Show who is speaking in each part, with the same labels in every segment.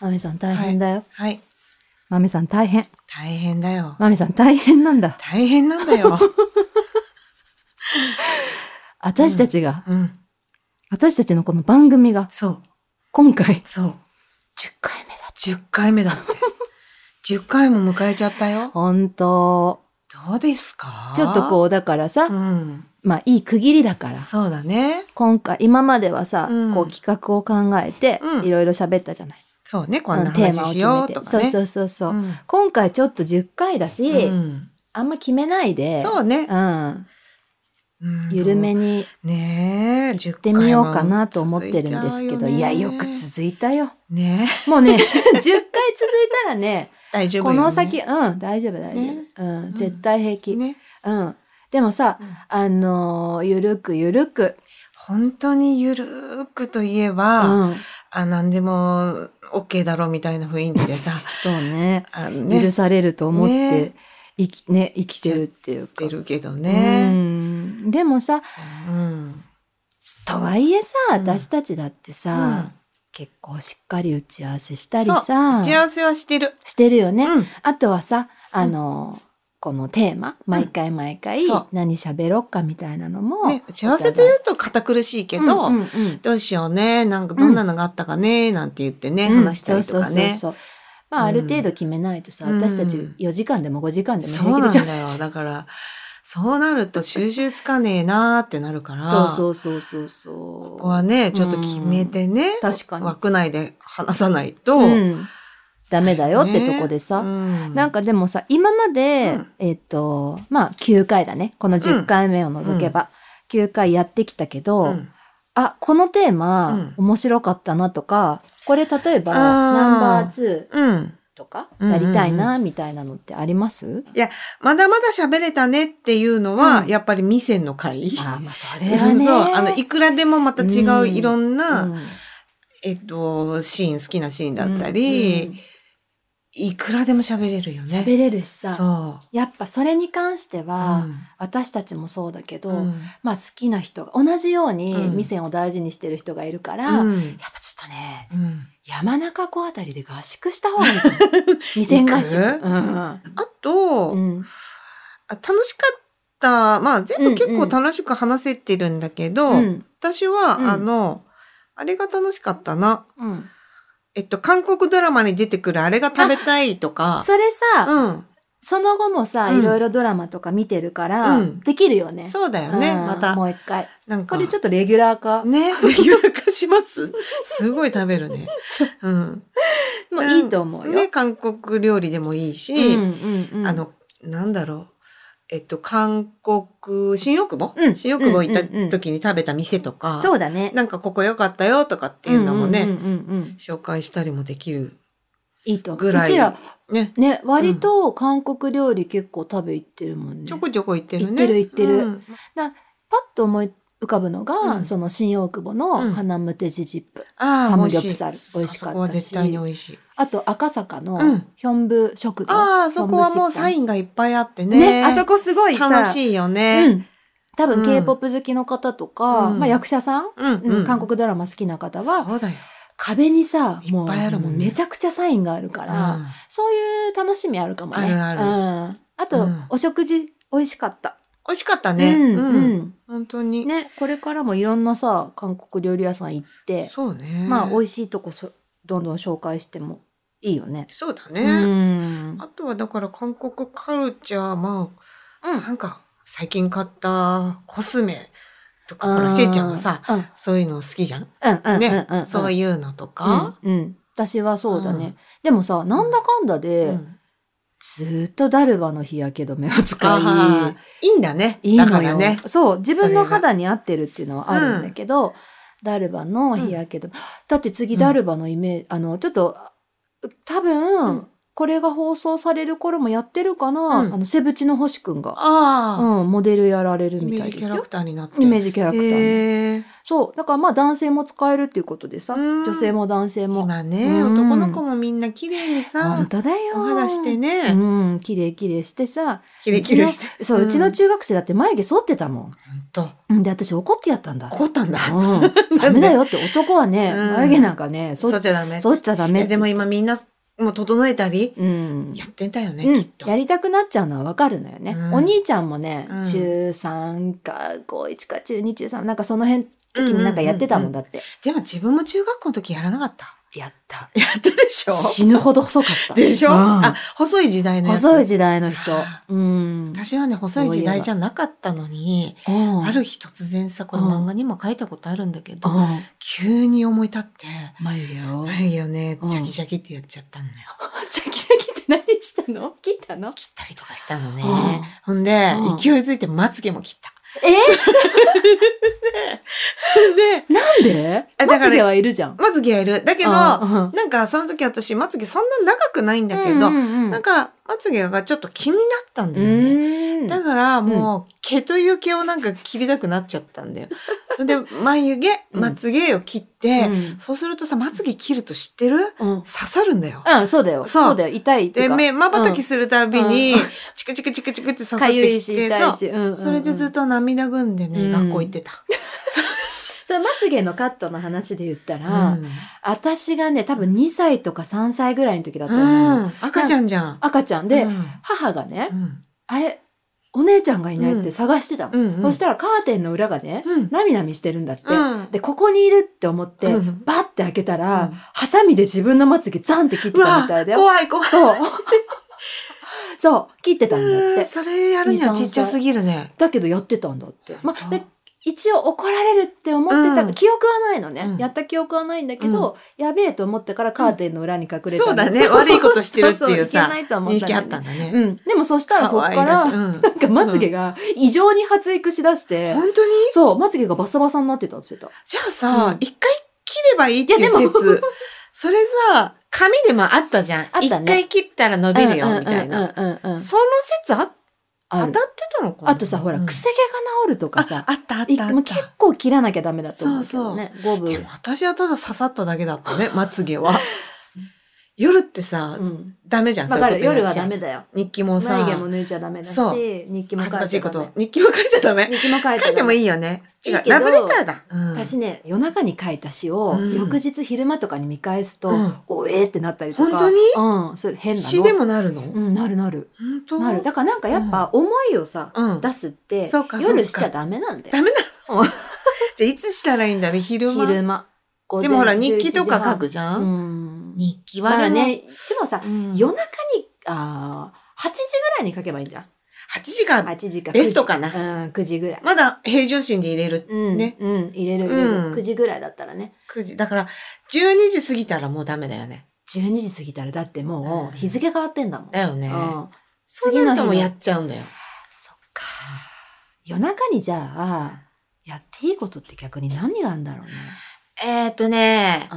Speaker 1: マミさん大変だよ。
Speaker 2: はい。
Speaker 1: マミさん大変。
Speaker 2: 大変だよ。
Speaker 1: マミさん大変なんだ。
Speaker 2: 大変なん だよ。
Speaker 1: 私たちが、
Speaker 2: うん。
Speaker 1: 私たちのこの番組が、
Speaker 2: そう。
Speaker 1: 今回、
Speaker 2: そう。
Speaker 1: 10回目だ。
Speaker 2: 10回目だ って。10回も迎えちゃったよ。
Speaker 1: 本当
Speaker 2: どうですか
Speaker 1: ちょっとこう、だからさ、
Speaker 2: う。うん。
Speaker 1: まあ、いい区切りだから。
Speaker 2: そうだね。
Speaker 1: 今回、今まではさ、
Speaker 2: うん
Speaker 1: こう企画を考えて、
Speaker 2: うん
Speaker 1: いろいろ喋ったじゃない。
Speaker 2: そうね。こん
Speaker 1: う
Speaker 2: なん
Speaker 1: テー
Speaker 2: 話
Speaker 1: マを
Speaker 2: しようと
Speaker 1: 決め
Speaker 2: か
Speaker 1: て。
Speaker 2: ね。
Speaker 1: そううそうそうそう。
Speaker 2: ん
Speaker 1: 今回ちょっと10回だし、
Speaker 2: うん
Speaker 1: あんま決めないで、
Speaker 2: そうね
Speaker 1: う。ん。
Speaker 2: うん
Speaker 1: 緩めに
Speaker 2: ねえ、10
Speaker 1: 行って
Speaker 2: 回も
Speaker 1: みようかなと思ってるんですけど、
Speaker 2: 続
Speaker 1: い
Speaker 2: た
Speaker 1: や、
Speaker 2: ね
Speaker 1: よく続いたよ。
Speaker 2: ねえ、
Speaker 1: もうね、10回続 いたらね、
Speaker 2: 大丈夫よ
Speaker 1: こ
Speaker 2: ね
Speaker 1: の先、うん、大丈夫、大丈夫。
Speaker 2: ね
Speaker 1: うんん、絶対平気。
Speaker 2: ね、
Speaker 1: うん。でもさ、あのーゆるくゆるく。
Speaker 2: 本当にゆるーくといえ
Speaker 1: う
Speaker 2: ば、
Speaker 1: ん。
Speaker 2: あ、なんでも OK だろうみたいな雰囲気でさ、
Speaker 1: そうね。
Speaker 2: あのね、
Speaker 1: 許
Speaker 2: 言っ
Speaker 1: されると思って
Speaker 2: ね、
Speaker 1: 生き、ね、生きてるっていうか
Speaker 2: て。るけど
Speaker 1: う
Speaker 2: ね。
Speaker 1: ん。でもさ、
Speaker 2: うん。
Speaker 1: とはいえさ、
Speaker 2: うん
Speaker 1: 私たちだってさ、
Speaker 2: うん
Speaker 1: 結構しっかり打ち合わせしたり
Speaker 2: そう
Speaker 1: さ
Speaker 2: 打、ち合わせはしてる。
Speaker 1: してるよね。
Speaker 2: うん。
Speaker 1: あとはさ、あのーこのテーマ、毎回毎回
Speaker 2: そう、
Speaker 1: 何喋ろっかみたいなのも、
Speaker 2: ね、打ち合わせというと堅苦しいけど、
Speaker 1: うんうんうん
Speaker 2: どうしようね、なんかどんなのがあったかね、なんて言ってね、
Speaker 1: うん
Speaker 2: 話したりとかね。
Speaker 1: そうそうそうまあ、ある程度決めないとさ、
Speaker 2: うん
Speaker 1: 私たち4時間でも5時間で
Speaker 2: そ
Speaker 1: も
Speaker 2: う
Speaker 1: 平
Speaker 2: な
Speaker 1: 気
Speaker 2: ん
Speaker 1: でしょ。
Speaker 2: だよ。だから、そうなると収集つかねえなーってなるから、
Speaker 1: そうそうそうそうそう。
Speaker 2: ここはね、ちょっと決めてね、
Speaker 1: 確かに
Speaker 2: 枠内で話さないと、
Speaker 1: うん、ダメだよってとこでさ。
Speaker 2: うん
Speaker 1: なんかでもさ、今まで、
Speaker 2: うん
Speaker 1: えっ、と、まあ9回だね。この10回目を除けば、9回やってきたけど、
Speaker 2: うん
Speaker 1: あ、このテーマ、
Speaker 2: うん
Speaker 1: 面白かったなとか、これ例えば、
Speaker 2: あー
Speaker 1: ナンバー2
Speaker 2: うん
Speaker 1: とか、
Speaker 2: うんうん
Speaker 1: や
Speaker 2: うん
Speaker 1: りたいな、みたいなのってあります、
Speaker 2: まだまだ喋れたねっていうのは、
Speaker 1: うん
Speaker 2: やっぱり未戦の回。
Speaker 1: あーまあそれ
Speaker 2: そ
Speaker 1: は
Speaker 2: う
Speaker 1: ね。
Speaker 2: そう。あの、いくらでもまた違
Speaker 1: う
Speaker 2: うんいろんな、
Speaker 1: うん
Speaker 2: えっと、シーン、好きなシーンだったり、
Speaker 1: うんうん
Speaker 2: いくらでも喋れるよね。
Speaker 1: 喋れるしさ
Speaker 2: そ
Speaker 1: やっぱそれに関して
Speaker 2: う。
Speaker 1: は、
Speaker 2: うん
Speaker 1: 私たちもそうだけど、
Speaker 2: うん
Speaker 1: まあ好きな人が同じように
Speaker 2: うん
Speaker 1: 未線を大事にしてる人がいるから、
Speaker 2: う
Speaker 1: やっ
Speaker 2: ん
Speaker 1: ぱちょっとね
Speaker 2: うん
Speaker 1: 山中湖あたりで合宿した方がいいかも 未線合宿、
Speaker 2: 行く
Speaker 1: うん
Speaker 2: あと、
Speaker 1: うん
Speaker 2: あ楽しかった、まあ全部結
Speaker 1: うんう
Speaker 2: 構
Speaker 1: ん
Speaker 2: 楽しく話せてるんだけど、
Speaker 1: うん
Speaker 2: 私は、
Speaker 1: うん
Speaker 2: あの、あれが楽しかったな。
Speaker 1: うん
Speaker 2: えっと、韓国ドラマに出てくるあれが食べたいとか、
Speaker 1: それさ、
Speaker 2: うん、
Speaker 1: その後もさ、
Speaker 2: うん
Speaker 1: いろいろドラマとか見てるから、
Speaker 2: うん
Speaker 1: できるよね。
Speaker 2: そうだよね、
Speaker 1: うん
Speaker 2: また
Speaker 1: も。う一回。
Speaker 2: なん
Speaker 1: こ
Speaker 2: か、
Speaker 1: れちょっとレギュラー化。
Speaker 2: ね、予約します。 すごい食べるね。うん。
Speaker 1: もういいと思うよ。
Speaker 2: ね、韓国料理でもいいし、
Speaker 1: うんうんうん、
Speaker 2: あの、なんだろう。えっと、韓国、新大久保、
Speaker 1: うん
Speaker 2: 新大久保行っ
Speaker 1: うんうんうん
Speaker 2: た時に食べた店とか、
Speaker 1: そうだね。
Speaker 2: なんかここ良かったよとかっていうのもね、
Speaker 1: んうんうんうん
Speaker 2: 紹介したりもできる。
Speaker 1: いいと思う。
Speaker 2: ぐらいう
Speaker 1: ちら、
Speaker 2: ね。
Speaker 1: ね、割と韓国料理結構食べ行ってるもんね。
Speaker 2: ち
Speaker 1: ち
Speaker 2: ょ
Speaker 1: ょこ
Speaker 2: こちょこ行ってるね。
Speaker 1: 行ってる行ってる
Speaker 2: うん
Speaker 1: パッと思い浮かぶのが、
Speaker 2: うん
Speaker 1: その新大久保
Speaker 2: う
Speaker 1: の
Speaker 2: ん
Speaker 1: 花ムテジジップ。
Speaker 2: ああ、
Speaker 1: サム
Speaker 2: 美
Speaker 1: ギョ
Speaker 2: 味
Speaker 1: プ
Speaker 2: しい
Speaker 1: サル美味しかったし
Speaker 2: あそこは絶対に美味しい。
Speaker 1: あと赤坂の
Speaker 2: うん
Speaker 1: ヒョンブ食堂。
Speaker 2: ああ、そこはもう
Speaker 1: ヒョンブ食堂
Speaker 2: サインがいっぱいあってね。
Speaker 1: ねあそこすごいさ。
Speaker 2: 楽しいよ
Speaker 1: う
Speaker 2: ね。
Speaker 1: ん。多
Speaker 2: う
Speaker 1: 分
Speaker 2: ん
Speaker 1: K-POP 好きの方とか、
Speaker 2: うん
Speaker 1: まあ役者さん、
Speaker 2: うん、
Speaker 1: うん韓国ドラマ好きな方は、
Speaker 2: そうだよ。
Speaker 1: 壁にさ、もう
Speaker 2: いっぱいあるもんね
Speaker 1: めちゃくちゃサインがあるから、
Speaker 2: うん
Speaker 1: そういう楽しみあるかもね。
Speaker 2: あるある
Speaker 1: うん、あと、
Speaker 2: うん
Speaker 1: お食事美味しかった。
Speaker 2: 美味しかったね。
Speaker 1: うん、
Speaker 2: う。
Speaker 1: うんん。
Speaker 2: 本当に。
Speaker 1: ね、これからもいろんなさ、韓国料理屋さん行って、
Speaker 2: そうね。
Speaker 1: まあ、美
Speaker 2: い
Speaker 1: 味しいとこそ、どんどん紹介してもいいよね。
Speaker 2: そうだ
Speaker 1: う
Speaker 2: ね。
Speaker 1: ん。
Speaker 2: あとはだから韓国カルチャー、ま
Speaker 1: う
Speaker 2: あ、
Speaker 1: ん。
Speaker 2: なんか最近買ったコスメとか、ほら、しーちゃんはさ、
Speaker 1: うん、
Speaker 2: そういうの好きじゃん。
Speaker 1: うん、うん、
Speaker 2: ね
Speaker 1: うん、うん。
Speaker 2: そう
Speaker 1: う
Speaker 2: いうのと
Speaker 1: ん
Speaker 2: か。、
Speaker 1: うん。私はそうだね。
Speaker 2: うん
Speaker 1: でもさ、なんだかんだで、
Speaker 2: うん
Speaker 1: ずーっとダルバの日焼け止めを使
Speaker 2: あーいいんだね。
Speaker 1: い、いい
Speaker 2: だ
Speaker 1: の
Speaker 2: から
Speaker 1: よ、
Speaker 2: ね。
Speaker 1: そう、自分
Speaker 2: そ
Speaker 1: の
Speaker 2: れが
Speaker 1: 肌に合ってるっていうのはあるんだけど、ダルバの日焼け止め。だって次ダルバのイメージ、あの、ちょっと、多分、
Speaker 2: うん
Speaker 1: これが放送される頃もやってるかな、
Speaker 2: うん
Speaker 1: あの、セブチの星くんが、
Speaker 2: ああ、
Speaker 1: うん、モデルやられる
Speaker 2: イメ
Speaker 1: みた
Speaker 2: ー
Speaker 1: い
Speaker 2: ジ
Speaker 1: で
Speaker 2: キャ
Speaker 1: す
Speaker 2: ラ
Speaker 1: よ
Speaker 2: ク。ターになって
Speaker 1: イメージキャラクターの。
Speaker 2: へえ
Speaker 1: そう。だからまあ男性も使えるっていうことでさ、
Speaker 2: うん
Speaker 1: 女性も男性も。
Speaker 2: 今ね、
Speaker 1: うん
Speaker 2: 男の子もみんな綺麗に
Speaker 1: 本
Speaker 2: さ、
Speaker 1: 当だよ。
Speaker 2: お肌してね、
Speaker 1: うん、綺麗綺麗してさ。
Speaker 2: キレキレして。
Speaker 1: そう、
Speaker 2: う
Speaker 1: うんちの中学生だって眉毛剃ってたも
Speaker 2: ほんと、
Speaker 1: ん。うん、で、私怒ってやったんだ。
Speaker 2: 怒ったんだ。
Speaker 1: うん、ダメだよって男はね、
Speaker 2: うん
Speaker 1: 眉毛なんかね、
Speaker 2: そ
Speaker 1: 剃
Speaker 2: うじゃダメ。
Speaker 1: 剃っちゃダ
Speaker 2: い
Speaker 1: メっ
Speaker 2: や
Speaker 1: て。
Speaker 2: でも今みんな、もう整えたり、
Speaker 1: うん。
Speaker 2: やってんだよね、
Speaker 1: う
Speaker 2: きっ
Speaker 1: ん、
Speaker 2: と。
Speaker 1: やりたくなっちゃうのはわかるのよね、
Speaker 2: うん
Speaker 1: お兄ちゃんもね、
Speaker 2: うん
Speaker 1: 中3か高1か中2中3なんかその辺時になんかやってたもんだって、
Speaker 2: でも自分も中学校の時やらな かった。
Speaker 1: やった
Speaker 2: やったでしょ
Speaker 1: 死ぬほど細かった
Speaker 2: でしょ、
Speaker 1: うん
Speaker 2: あ、細い時代のやつ。
Speaker 1: 細い時代の人うん
Speaker 2: 私はね、細い時代じゃなかったのに、
Speaker 1: うん
Speaker 2: ある日突然さ、この漫画にも書いたことあるんだけ
Speaker 1: う
Speaker 2: ど、
Speaker 1: ん
Speaker 2: 急に思い立って、
Speaker 1: 眉毛 を
Speaker 2: はいよね、
Speaker 1: うん
Speaker 2: ジャキジャキってやっちゃったのよ。
Speaker 1: チャキチャキって何したの切ったの
Speaker 2: 切ったりとかしたのね
Speaker 1: うん。
Speaker 2: ほんで
Speaker 1: うん、
Speaker 2: 勢いづいてまつげも切った。
Speaker 1: え
Speaker 2: で、
Speaker 1: なんでま
Speaker 2: あだから
Speaker 1: つげはいるじゃん
Speaker 2: まつげはいる。だけど、な
Speaker 1: うん
Speaker 2: んかその時私、まつげそんな長くないんだけど、
Speaker 1: うんうんうん
Speaker 2: なんか、まつげがちょっと気になったん
Speaker 1: う
Speaker 2: だよね。
Speaker 1: ーん
Speaker 2: だからもう毛という毛をなんか切りたくなっちゃったんだよ。 で眉毛
Speaker 1: うん
Speaker 2: まつげを切って、
Speaker 1: うん
Speaker 2: そうするとさまつげ切ると知ってる刺
Speaker 1: うん
Speaker 2: さるんだよ。
Speaker 1: うん、そうだよ。
Speaker 2: そう
Speaker 1: そうだよ。痛いってい
Speaker 2: で
Speaker 1: うか。
Speaker 2: 目まばたきするたびに、
Speaker 1: うん
Speaker 2: チクチクチクチクって刺さっ
Speaker 1: かゆ
Speaker 2: て
Speaker 1: い
Speaker 2: き
Speaker 1: し、
Speaker 2: て
Speaker 1: 痛い
Speaker 2: そ
Speaker 1: し。うんうんう
Speaker 2: うんそれでずっと涙ぐんでね、
Speaker 1: うん
Speaker 2: 学校行ってた。
Speaker 1: それまつげのカットの話で言ったら、
Speaker 2: うん
Speaker 1: 私がね、多分2歳とか3歳ぐらいの時だったのよ、
Speaker 2: うん赤ちゃんじゃん。
Speaker 1: 赤ちゃんで、
Speaker 2: うん
Speaker 1: 母がね、
Speaker 2: うん
Speaker 1: あれ、お姉ちゃんがいないって探してたの。
Speaker 2: うん
Speaker 1: そしたらカーテンの裏がね、
Speaker 2: うん
Speaker 1: なみなみしてるんだって。
Speaker 2: うん
Speaker 1: で、ここにいるって思って、
Speaker 2: うん
Speaker 1: バッて開けたら、
Speaker 2: うん
Speaker 1: ハサミで自分のまつげザンって切って
Speaker 2: う
Speaker 1: た
Speaker 2: わ
Speaker 1: みたいだよ。
Speaker 2: 怖い怖い。
Speaker 1: そう。 そう、切ってたんだって。
Speaker 2: それやるにはちっちゃすぎるね。
Speaker 1: だけどやってたんだって。まあ、
Speaker 2: う
Speaker 1: で
Speaker 2: ん
Speaker 1: 一応怒られるって思ってた、
Speaker 2: うん
Speaker 1: 記憶はないのね、
Speaker 2: うん
Speaker 1: やった記憶はないんだけど、やべえと思ってからカーテンの裏に隠れた、
Speaker 2: そう だね悪いことしてるっていう
Speaker 1: そうそうい
Speaker 2: さ
Speaker 1: けないとは思
Speaker 2: 認
Speaker 1: ったん
Speaker 2: 識
Speaker 1: だ
Speaker 2: あ
Speaker 1: よ
Speaker 2: っ
Speaker 1: ね
Speaker 2: たんだね。
Speaker 1: うん、でもそしたらそっか
Speaker 2: 可
Speaker 1: ら
Speaker 2: 愛いし
Speaker 1: な
Speaker 2: うん
Speaker 1: んかまつげが異常に発育しだして、
Speaker 2: 本当に
Speaker 1: そうまつげがバサバサになってたって言ってた
Speaker 2: じゃあさ、
Speaker 1: うん
Speaker 2: 一、回切ればいいってい
Speaker 1: いや
Speaker 2: う
Speaker 1: でも
Speaker 2: 説。それさ、紙でもあったじゃん。
Speaker 1: あっ
Speaker 2: 一、
Speaker 1: たね
Speaker 2: 回切ったら伸びるよ、みたいな。
Speaker 1: うんうんうんうんうん
Speaker 2: その説
Speaker 1: あ
Speaker 2: あ当
Speaker 1: る
Speaker 2: たってたのかな
Speaker 1: あとさほら、
Speaker 2: うん
Speaker 1: くせ毛が治るとかさ
Speaker 2: ああったあっ
Speaker 1: い
Speaker 2: たあ
Speaker 1: もう
Speaker 2: っ
Speaker 1: 結
Speaker 2: た。
Speaker 1: 構切らなきゃダメだと思うけどね五
Speaker 2: で
Speaker 1: 分
Speaker 2: も、私はただ刺さっただけだったね、まつげ は。夜ってさ、
Speaker 1: うん
Speaker 2: ダメじゃん。
Speaker 1: わかる
Speaker 2: そういう
Speaker 1: 夜
Speaker 2: ことや
Speaker 1: は
Speaker 2: っちゃ
Speaker 1: ダ
Speaker 2: う
Speaker 1: メだよ
Speaker 2: 日記もさ、
Speaker 1: 眉毛も抜いちゃダメだし
Speaker 2: そう
Speaker 1: 日記も
Speaker 2: 恥
Speaker 1: 書
Speaker 2: ず
Speaker 1: い
Speaker 2: かし
Speaker 1: ち
Speaker 2: い
Speaker 1: ゃ
Speaker 2: こ
Speaker 1: ダ
Speaker 2: と
Speaker 1: メ。
Speaker 2: 日記 も書いちゃダメ。
Speaker 1: 日記も書い
Speaker 2: 書い
Speaker 1: ち
Speaker 2: て
Speaker 1: ゃ
Speaker 2: も
Speaker 1: い
Speaker 2: いいよね。違。
Speaker 1: いいうけど
Speaker 2: ラブレターだ。うん
Speaker 1: 私ね夜中に書いた詩を、
Speaker 2: うん
Speaker 1: 翌日昼間とかに見返すと、
Speaker 2: うん
Speaker 1: おえーってなったりとか
Speaker 2: 本
Speaker 1: うんそれ変なの
Speaker 2: 詩でもなるの、
Speaker 1: うんなるなる
Speaker 2: 本当
Speaker 1: なるだからなんかやっぱ思いをさ、
Speaker 2: うん。
Speaker 1: 出すって
Speaker 2: そうか
Speaker 1: 夜しち
Speaker 2: そ
Speaker 1: ゃ
Speaker 2: うか
Speaker 1: ダメなんだよ
Speaker 2: ダメな
Speaker 1: う
Speaker 2: の
Speaker 1: ん
Speaker 2: じゃあいつしたらいいんだね昼間
Speaker 1: 昼間
Speaker 2: でもほら日記とか書く
Speaker 1: じ
Speaker 2: じゃ
Speaker 1: ゃ
Speaker 2: ん、
Speaker 1: うん
Speaker 2: 日記は
Speaker 1: まあ
Speaker 2: でも、
Speaker 1: ねでもさ、
Speaker 2: うん
Speaker 1: 夜中にあー8時ぐらいに書けばいいんじゃん
Speaker 2: 8時間
Speaker 1: 8時か9時
Speaker 2: ベストかな
Speaker 1: うん9時ぐらい
Speaker 2: まだ平常心で入れる
Speaker 1: うん、
Speaker 2: ね
Speaker 1: うん、入れる入れる、
Speaker 2: うん
Speaker 1: 9時ぐらいだったらね
Speaker 2: 9時だから12時過ぎたらもうダメだよね
Speaker 1: 12時過ぎたらだっても
Speaker 2: うん
Speaker 1: う日付変わってんだもん、
Speaker 2: だよね、
Speaker 1: うん、
Speaker 2: そうなるとも
Speaker 1: 次の
Speaker 2: う
Speaker 1: 日の
Speaker 2: やっちゃうんだよ
Speaker 1: そっか夜中にじゃあやっていいことって逆に何があるんだろうね
Speaker 2: えーっ、とね
Speaker 1: う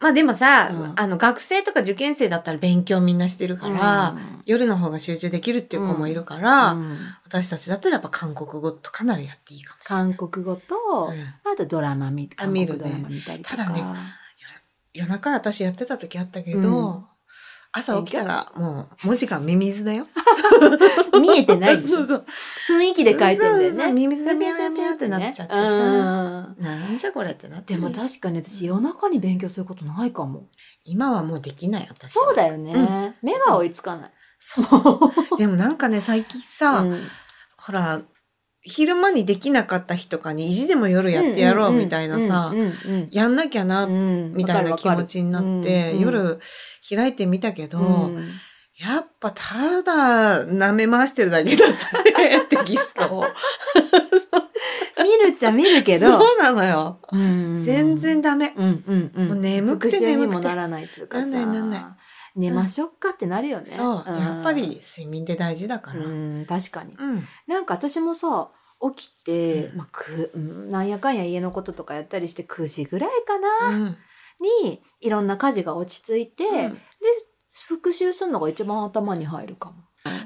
Speaker 2: まあでもさ、
Speaker 1: うん
Speaker 2: あの学生とか受験生だったら勉強みんなしてるか
Speaker 1: ん
Speaker 2: ら、
Speaker 1: うん
Speaker 2: 夜の方が集中できるっていう子もいるから、
Speaker 1: うん
Speaker 2: 私たちだったらやっぱ韓国語とかなりやっていいかもしれない。
Speaker 1: 韓国語と、
Speaker 2: うん
Speaker 1: あとドラマ見韓
Speaker 2: 見
Speaker 1: 国
Speaker 2: るね
Speaker 1: ドラマ見たりとか
Speaker 2: ただね夜中私やってた時あったけど、
Speaker 1: うん
Speaker 2: 朝起きたらもう文字がミミズだよ。
Speaker 1: 見えてないでしょ
Speaker 2: そうそう
Speaker 1: 雰囲気で書いてんだよね
Speaker 2: そうそうミミズでミャミャミャってなっちゃってさ。
Speaker 1: うん
Speaker 2: なんじゃこれってなって
Speaker 1: でも確かに私夜中に勉強することないかも
Speaker 2: 今はもうできない私
Speaker 1: そう
Speaker 2: よ
Speaker 1: だよね、
Speaker 2: うん
Speaker 1: 目が追いつかない、
Speaker 2: そうでもなんかね最近さ、
Speaker 1: うん
Speaker 2: ほら昼間にできなかった日とかに意地でも夜やってやろうみたいなさ、
Speaker 1: うんうんうん
Speaker 2: やんなきゃな、
Speaker 1: うん
Speaker 2: みたいな気持ちになって、夜開いてみたけど、
Speaker 1: うん
Speaker 2: やっぱただ舐め回してるだけだったねテキストを。
Speaker 1: 見るっちゃ見る けど、
Speaker 2: そうなのよ。
Speaker 1: うん
Speaker 2: 全然、ダメ。
Speaker 1: うんうんうん、
Speaker 2: もう眠くて
Speaker 1: 復習に
Speaker 2: 眠くて
Speaker 1: もならないっていうかさ
Speaker 2: なんないなんない
Speaker 1: 寝ましょうかってなるよね、
Speaker 2: そう、
Speaker 1: ん
Speaker 2: やっぱり睡眠って大事だから。うん。
Speaker 1: うん確かになんか私もさ起きて、
Speaker 2: うん
Speaker 1: まあ、くうんなんやかんや家のこととかやったりして9時ぐらいかな、
Speaker 2: うん
Speaker 1: にいろんな家事が落ち着いて、
Speaker 2: うん
Speaker 1: 復習するのが一番頭に入るかも。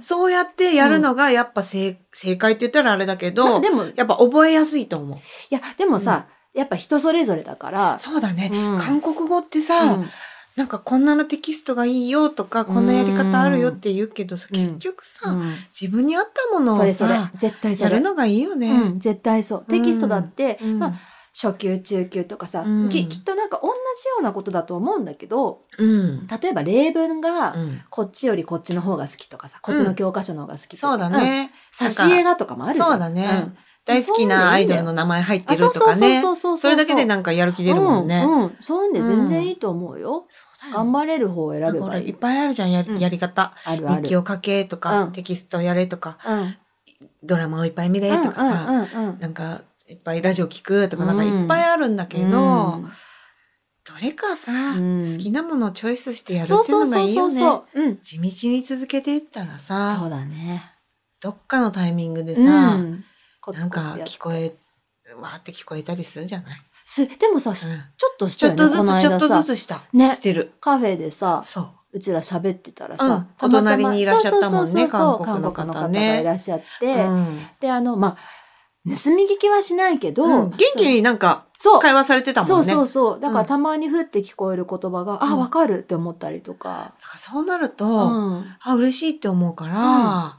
Speaker 2: そうやってやるのがやっぱ正,、正解って言ったらあれだけ
Speaker 1: な
Speaker 2: ど、
Speaker 1: でも、い
Speaker 2: やっぱ覚えやすいと思う。
Speaker 1: や、でもさ、やっぱ人それぞれだから、
Speaker 2: そうだね。
Speaker 1: うん
Speaker 2: 韓国語ってさ、
Speaker 1: うん
Speaker 2: なんかこんなのテキストがいいよとか、こんなやり方あるよって言うけどさ、
Speaker 1: うん
Speaker 2: 結局さ、
Speaker 1: うん
Speaker 2: 自分に合ったものを
Speaker 1: そ
Speaker 2: さ、
Speaker 1: れそれ絶対そ
Speaker 2: や
Speaker 1: れ
Speaker 2: るのがいいよね。
Speaker 1: うん、絶対そうテキストだって、
Speaker 2: うん
Speaker 1: まあ、初級中級とかさ、
Speaker 2: うん
Speaker 1: ききっとなんか同じようなことだと思うんだけど
Speaker 2: うん。
Speaker 1: 例えば例文が、
Speaker 2: うん
Speaker 1: こっちよりこっちの方が好きとかさこっちの教科書の方が好きとか、
Speaker 2: そうだね。なんか
Speaker 1: 挿絵画とかもあるじゃん
Speaker 2: そうだね
Speaker 1: ん
Speaker 2: 大好きなアイドルの名前入ってるとかね。
Speaker 1: うそう
Speaker 2: それだけでなんかやる気出るもんね。
Speaker 1: うんうん、そういうんで全然いいと思うよ、
Speaker 2: そうだよ
Speaker 1: 頑
Speaker 2: ね。
Speaker 1: 張れる方を選べ
Speaker 2: なんかほ
Speaker 1: ば
Speaker 2: ら
Speaker 1: い
Speaker 2: い
Speaker 1: い
Speaker 2: っぱいあるじゃん、やり,、
Speaker 1: うん
Speaker 2: やり方。
Speaker 1: あるあ
Speaker 2: 日記
Speaker 1: る
Speaker 2: を書けとか、
Speaker 1: うん
Speaker 2: テキストやれとか、
Speaker 1: うんうん
Speaker 2: ドラマをいっぱい見れとかさ、
Speaker 1: うんうんうん
Speaker 2: なんかいっぱいラジオ聞くとか、
Speaker 1: うん
Speaker 2: なんかいっぱいあるんだけど、
Speaker 1: うん
Speaker 2: どれかさ、
Speaker 1: ん
Speaker 2: 好きなものをチョイスしてやるってい
Speaker 1: そうそうう
Speaker 2: のが
Speaker 1: そ
Speaker 2: いうい
Speaker 1: そ
Speaker 2: よ
Speaker 1: う
Speaker 2: ね。
Speaker 1: そう、うん、
Speaker 2: 地道に続けていったら
Speaker 1: そ
Speaker 2: さ
Speaker 1: う、だね
Speaker 2: どっかのタイミングでさ、
Speaker 1: うん、コツ
Speaker 2: なん
Speaker 1: コツや
Speaker 2: か
Speaker 1: っ
Speaker 2: 聞こえ、わーって聞こえたりするんじゃない、
Speaker 1: すでもさ、し
Speaker 2: うん
Speaker 1: ちょっとし
Speaker 2: ち
Speaker 1: た
Speaker 2: ょ
Speaker 1: よ
Speaker 2: っ
Speaker 1: ね
Speaker 2: とず
Speaker 1: この
Speaker 2: つ、ちょ
Speaker 1: 間
Speaker 2: っと
Speaker 1: さ
Speaker 2: ずつした。
Speaker 1: ね
Speaker 2: してる。
Speaker 1: カフェでさ
Speaker 2: そう。
Speaker 1: うちら喋ってたら
Speaker 2: うん
Speaker 1: さ、たまた
Speaker 2: お
Speaker 1: ま
Speaker 2: 隣にいらっしゃったもん
Speaker 1: そうそ
Speaker 2: ね
Speaker 1: うそうそう
Speaker 2: 韓国の方
Speaker 1: 韓
Speaker 2: ね
Speaker 1: 国がいらっしゃって、
Speaker 2: うん
Speaker 1: であのまあ盗み聞きはしないけど、
Speaker 2: うん元気になんか
Speaker 1: そう
Speaker 2: 会話されてた
Speaker 1: そ
Speaker 2: も
Speaker 1: うん
Speaker 2: ね。
Speaker 1: そう
Speaker 2: だ
Speaker 1: そうだか
Speaker 2: う
Speaker 1: ら
Speaker 2: ん
Speaker 1: たまにふって聞こえる言葉が、あ
Speaker 2: うん
Speaker 1: わかるって思ったりとか、
Speaker 2: からそうなると、
Speaker 1: うん、
Speaker 2: あ、嬉しいって思うから、
Speaker 1: ん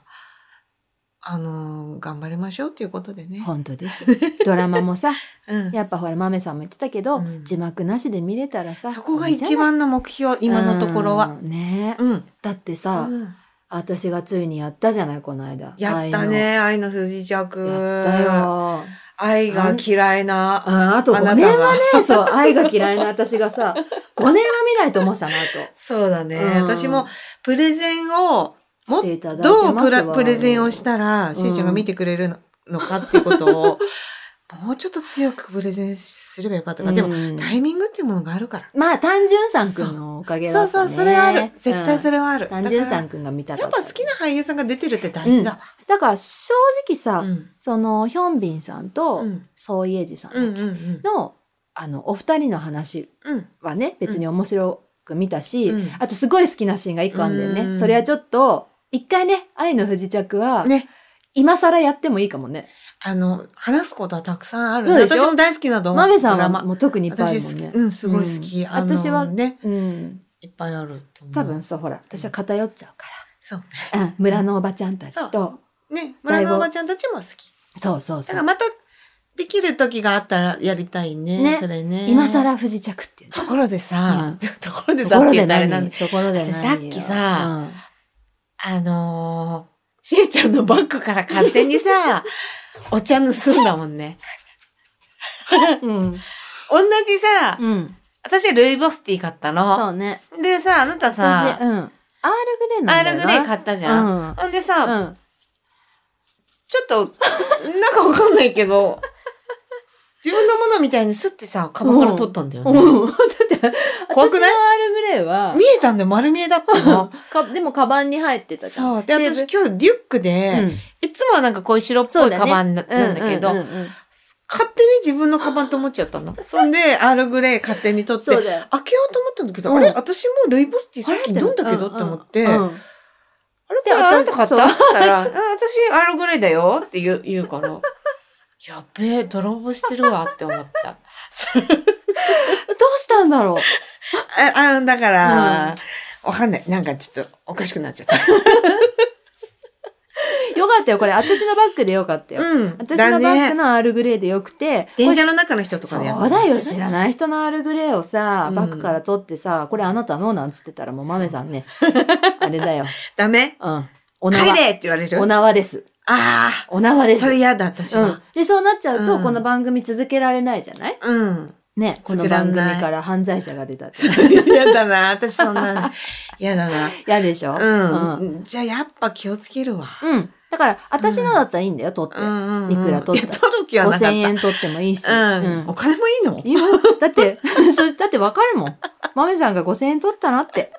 Speaker 2: あのー、頑張りましょうっていうことでね。
Speaker 1: 本当ですドラマもさ
Speaker 2: うん
Speaker 1: やっぱほら豆さんも言ってたけど、
Speaker 2: うん
Speaker 1: 字幕なしで見れたらさ
Speaker 2: そこが
Speaker 1: いいじゃない
Speaker 2: 一番の目標、今のところは。
Speaker 1: うんね
Speaker 2: うん。
Speaker 1: だってさ、
Speaker 2: うん
Speaker 1: 私がついにやったじゃないこの間
Speaker 2: やったね、愛の不時
Speaker 1: 愛
Speaker 2: 着。
Speaker 1: のやったよ
Speaker 2: 愛が嫌いな。
Speaker 1: ああと
Speaker 2: あ
Speaker 1: 5
Speaker 2: なた
Speaker 1: 年
Speaker 2: は
Speaker 1: はねそう愛が嫌いな私がさ5年は 見ないと思ってたな
Speaker 2: そうだね。
Speaker 1: うん
Speaker 2: 私もプレゼンを、
Speaker 1: とし
Speaker 2: も
Speaker 1: ていただい
Speaker 2: ど
Speaker 1: て
Speaker 2: う
Speaker 1: ま
Speaker 2: プ
Speaker 1: すわ
Speaker 2: ラプレゼンをした
Speaker 1: う
Speaker 2: ら、
Speaker 1: ん
Speaker 2: しーちゃんが見てくれるののかっていうことを、 もうちょっと強くプレゼンすればよかったか。でも、
Speaker 1: うん
Speaker 2: タイミングっていうものがあるから。
Speaker 1: まあ単純さんくんのおかげだ
Speaker 2: そ
Speaker 1: っ
Speaker 2: う
Speaker 1: た
Speaker 2: そう、
Speaker 1: ね
Speaker 2: それはある。絶対そ
Speaker 1: れ、
Speaker 2: れはある。
Speaker 1: うん単純さ
Speaker 2: だ
Speaker 1: ん
Speaker 2: か
Speaker 1: くんが見た
Speaker 2: ら
Speaker 1: か
Speaker 2: やっ
Speaker 1: った
Speaker 2: ぱ好きな俳優さんが出てるって大事だわ。
Speaker 1: だから正直さ、
Speaker 2: うん。
Speaker 1: そのヒョンビンさんと
Speaker 2: うん。
Speaker 1: ソイエジさんだっ
Speaker 2: う
Speaker 1: け
Speaker 2: ん。うん。
Speaker 1: のあのお二人の話
Speaker 2: うん。
Speaker 1: はね別に面白く見たし、
Speaker 2: うん
Speaker 1: あとすごい好きなシーンが一個あんだよね、
Speaker 2: うん
Speaker 1: それはちょっと一回ね「愛の不時着は」
Speaker 2: ね
Speaker 1: 今更やってもいいかもね
Speaker 2: あの、話すことはたくさんある。
Speaker 1: そうでしょ
Speaker 2: 私も大好きなド
Speaker 1: まめさん
Speaker 2: ドラ
Speaker 1: は
Speaker 2: マ
Speaker 1: もう特にいっぱいある
Speaker 2: 私
Speaker 1: もん
Speaker 2: 好
Speaker 1: ね
Speaker 2: き、うん、すごい好き。
Speaker 1: うん
Speaker 2: あの
Speaker 1: 私は
Speaker 2: ね、
Speaker 1: うん
Speaker 2: いっぱいあると思う。
Speaker 1: 多分そうほら私は偏っちゃうか
Speaker 2: そう
Speaker 1: ら、うん、村のおばちゃんたちと
Speaker 2: ね。ね、村のおばちゃんたちも好き。
Speaker 1: そうそう
Speaker 2: だ
Speaker 1: そ
Speaker 2: から
Speaker 1: う
Speaker 2: また、できる時があったらやりたいね。
Speaker 1: ね
Speaker 2: それね。
Speaker 1: 今更不時着っていう
Speaker 2: ところでさ、ところで
Speaker 1: と
Speaker 2: さ
Speaker 1: こ
Speaker 2: っ
Speaker 1: ろ
Speaker 2: て言
Speaker 1: で
Speaker 2: ったらあれなん
Speaker 1: 何
Speaker 2: で、
Speaker 1: ところで何よ
Speaker 2: さっきさ、あのー、しーちゃんのバッグから勝手 にさ、お茶盗んだもんね。
Speaker 1: うんうん
Speaker 2: 同じさ、
Speaker 1: うん
Speaker 2: 私ルイボスティー買ったの。
Speaker 1: そうね
Speaker 2: でさ、あなたさ
Speaker 1: 私、うんアールグレー
Speaker 2: ア
Speaker 1: なんだよな
Speaker 2: ールグレイ買ったじゃん。
Speaker 1: うん
Speaker 2: ほんでさ、
Speaker 1: うん
Speaker 2: ちょっと、なんかわかんないけど、自分のものみたいにスッてさ、カバンから取ったんだよね。
Speaker 1: うん、だって、
Speaker 2: 怖くない
Speaker 1: 私のアールグレーは、
Speaker 2: 見えたんだよ、丸見えだった の。
Speaker 1: かでも、カバンに入ってたじゃん。
Speaker 2: そう。で、
Speaker 1: で
Speaker 2: 私今日リュック
Speaker 1: う
Speaker 2: で、
Speaker 1: ん
Speaker 2: いつもはなんかこういう白っ
Speaker 1: そ
Speaker 2: ぽ
Speaker 1: う
Speaker 2: い
Speaker 1: だね
Speaker 2: カバンななんだけど、
Speaker 1: うんうんうんうん
Speaker 2: 勝手に自分のカバンと思っち ゃったの。そんで、アールグレイ勝手に取って、
Speaker 1: そう
Speaker 2: 開
Speaker 1: だよ。
Speaker 2: けようと思ったんだけど、
Speaker 1: うん
Speaker 2: あれ私もルイボスティーさっき飲んだけど
Speaker 1: う
Speaker 2: って思って、
Speaker 1: うんうん
Speaker 2: あれこ
Speaker 1: で
Speaker 2: れあなた買った
Speaker 1: そう
Speaker 2: って言ったら、あ私アールグレイだよって言う言 うから、やっべえ、泥棒してるわって思 った。
Speaker 1: どうしたんだろう。
Speaker 2: あ、あだから、
Speaker 1: うん
Speaker 2: わかんない。なんかちょっとおかしくなっちゃった。
Speaker 1: よかったよ、これ。私のバッグでよかったよ。
Speaker 2: うん
Speaker 1: 私のバッグ
Speaker 2: ね。
Speaker 1: のアールグレーでよくて、
Speaker 2: 電車
Speaker 1: こ
Speaker 2: の中の人と
Speaker 1: れ
Speaker 2: か
Speaker 1: そう
Speaker 2: で
Speaker 1: だよ、知らない人のアールグレーをさ
Speaker 2: う、ん
Speaker 1: バッグから取ってさ、これあなたのなんつってたら、もうマメさ んね、あれだよ。
Speaker 2: ダメ
Speaker 1: うん。お
Speaker 2: 帰
Speaker 1: 縄。
Speaker 2: れって言われる
Speaker 1: お
Speaker 2: あ
Speaker 1: 縄です。
Speaker 2: あ
Speaker 1: お縄で
Speaker 2: ー、
Speaker 1: す。
Speaker 2: それ嫌だ、私
Speaker 1: う
Speaker 2: は
Speaker 1: ん。。で、そうなっちゃうと、
Speaker 2: うん
Speaker 1: この番組続けられないじゃない
Speaker 2: うん。
Speaker 1: ね、この
Speaker 2: 作ら
Speaker 1: 番
Speaker 2: ん
Speaker 1: 組
Speaker 2: ない
Speaker 1: から犯罪者が出た って。
Speaker 2: 嫌だな、私そ んな。嫌だな。
Speaker 1: 嫌でしょ
Speaker 2: うん
Speaker 1: う。ん。
Speaker 2: じゃあやっぱ気をつけるわ。
Speaker 1: うんだから、私のだったらいいんだよ、取って
Speaker 2: う。んうんうん。
Speaker 1: いくら取った
Speaker 2: いや取る気はなかっ
Speaker 1: 5000
Speaker 2: た
Speaker 1: 円取ってもいいし。。
Speaker 2: うん。お金もいいの
Speaker 1: 今、だって、 そだってわかるもん。マメさんが5000円取ったな って。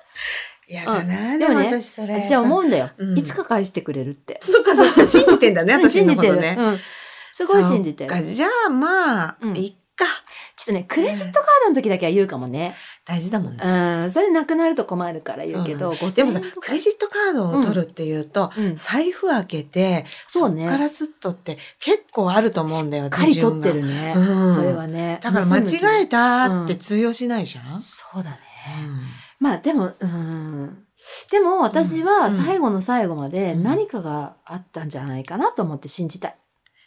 Speaker 2: 嫌だな、
Speaker 1: ん
Speaker 2: でも
Speaker 1: でもね
Speaker 2: 私それ。
Speaker 1: 私は思うんだよ
Speaker 2: う。ん
Speaker 1: いつか返してくれるって。
Speaker 2: そっかそっか、信じてんだね、
Speaker 1: うん
Speaker 2: 私
Speaker 1: 信
Speaker 2: の
Speaker 1: じ
Speaker 2: こ
Speaker 1: て
Speaker 2: と
Speaker 1: る。
Speaker 2: ね。
Speaker 1: うんすごい信じて
Speaker 2: そっか
Speaker 1: る。
Speaker 2: じゃあまあ、
Speaker 1: うん
Speaker 2: いっか。
Speaker 1: ちちょっとね、クレジットカードの時だけは言うかもね。
Speaker 2: 大事だもんね。
Speaker 1: うん、それなくなると困るから言うけど、5000円
Speaker 2: でもさ、
Speaker 1: とか
Speaker 2: クレジットカードを取るっていうと、
Speaker 1: うん、し
Speaker 2: 財布開けて、
Speaker 1: そうね
Speaker 2: っからすっとって結構あると思うんだよ、
Speaker 1: っかり取って
Speaker 2: 手
Speaker 1: るね。
Speaker 2: 順が。うん、
Speaker 1: それはね。
Speaker 2: だから間違えたって通用しないじゃん。
Speaker 1: そうだね。まあでも、うん。でも私は
Speaker 2: うん
Speaker 1: 最後の最後まで
Speaker 2: うん
Speaker 1: 何かがあったんじゃないかなと思って信じたい。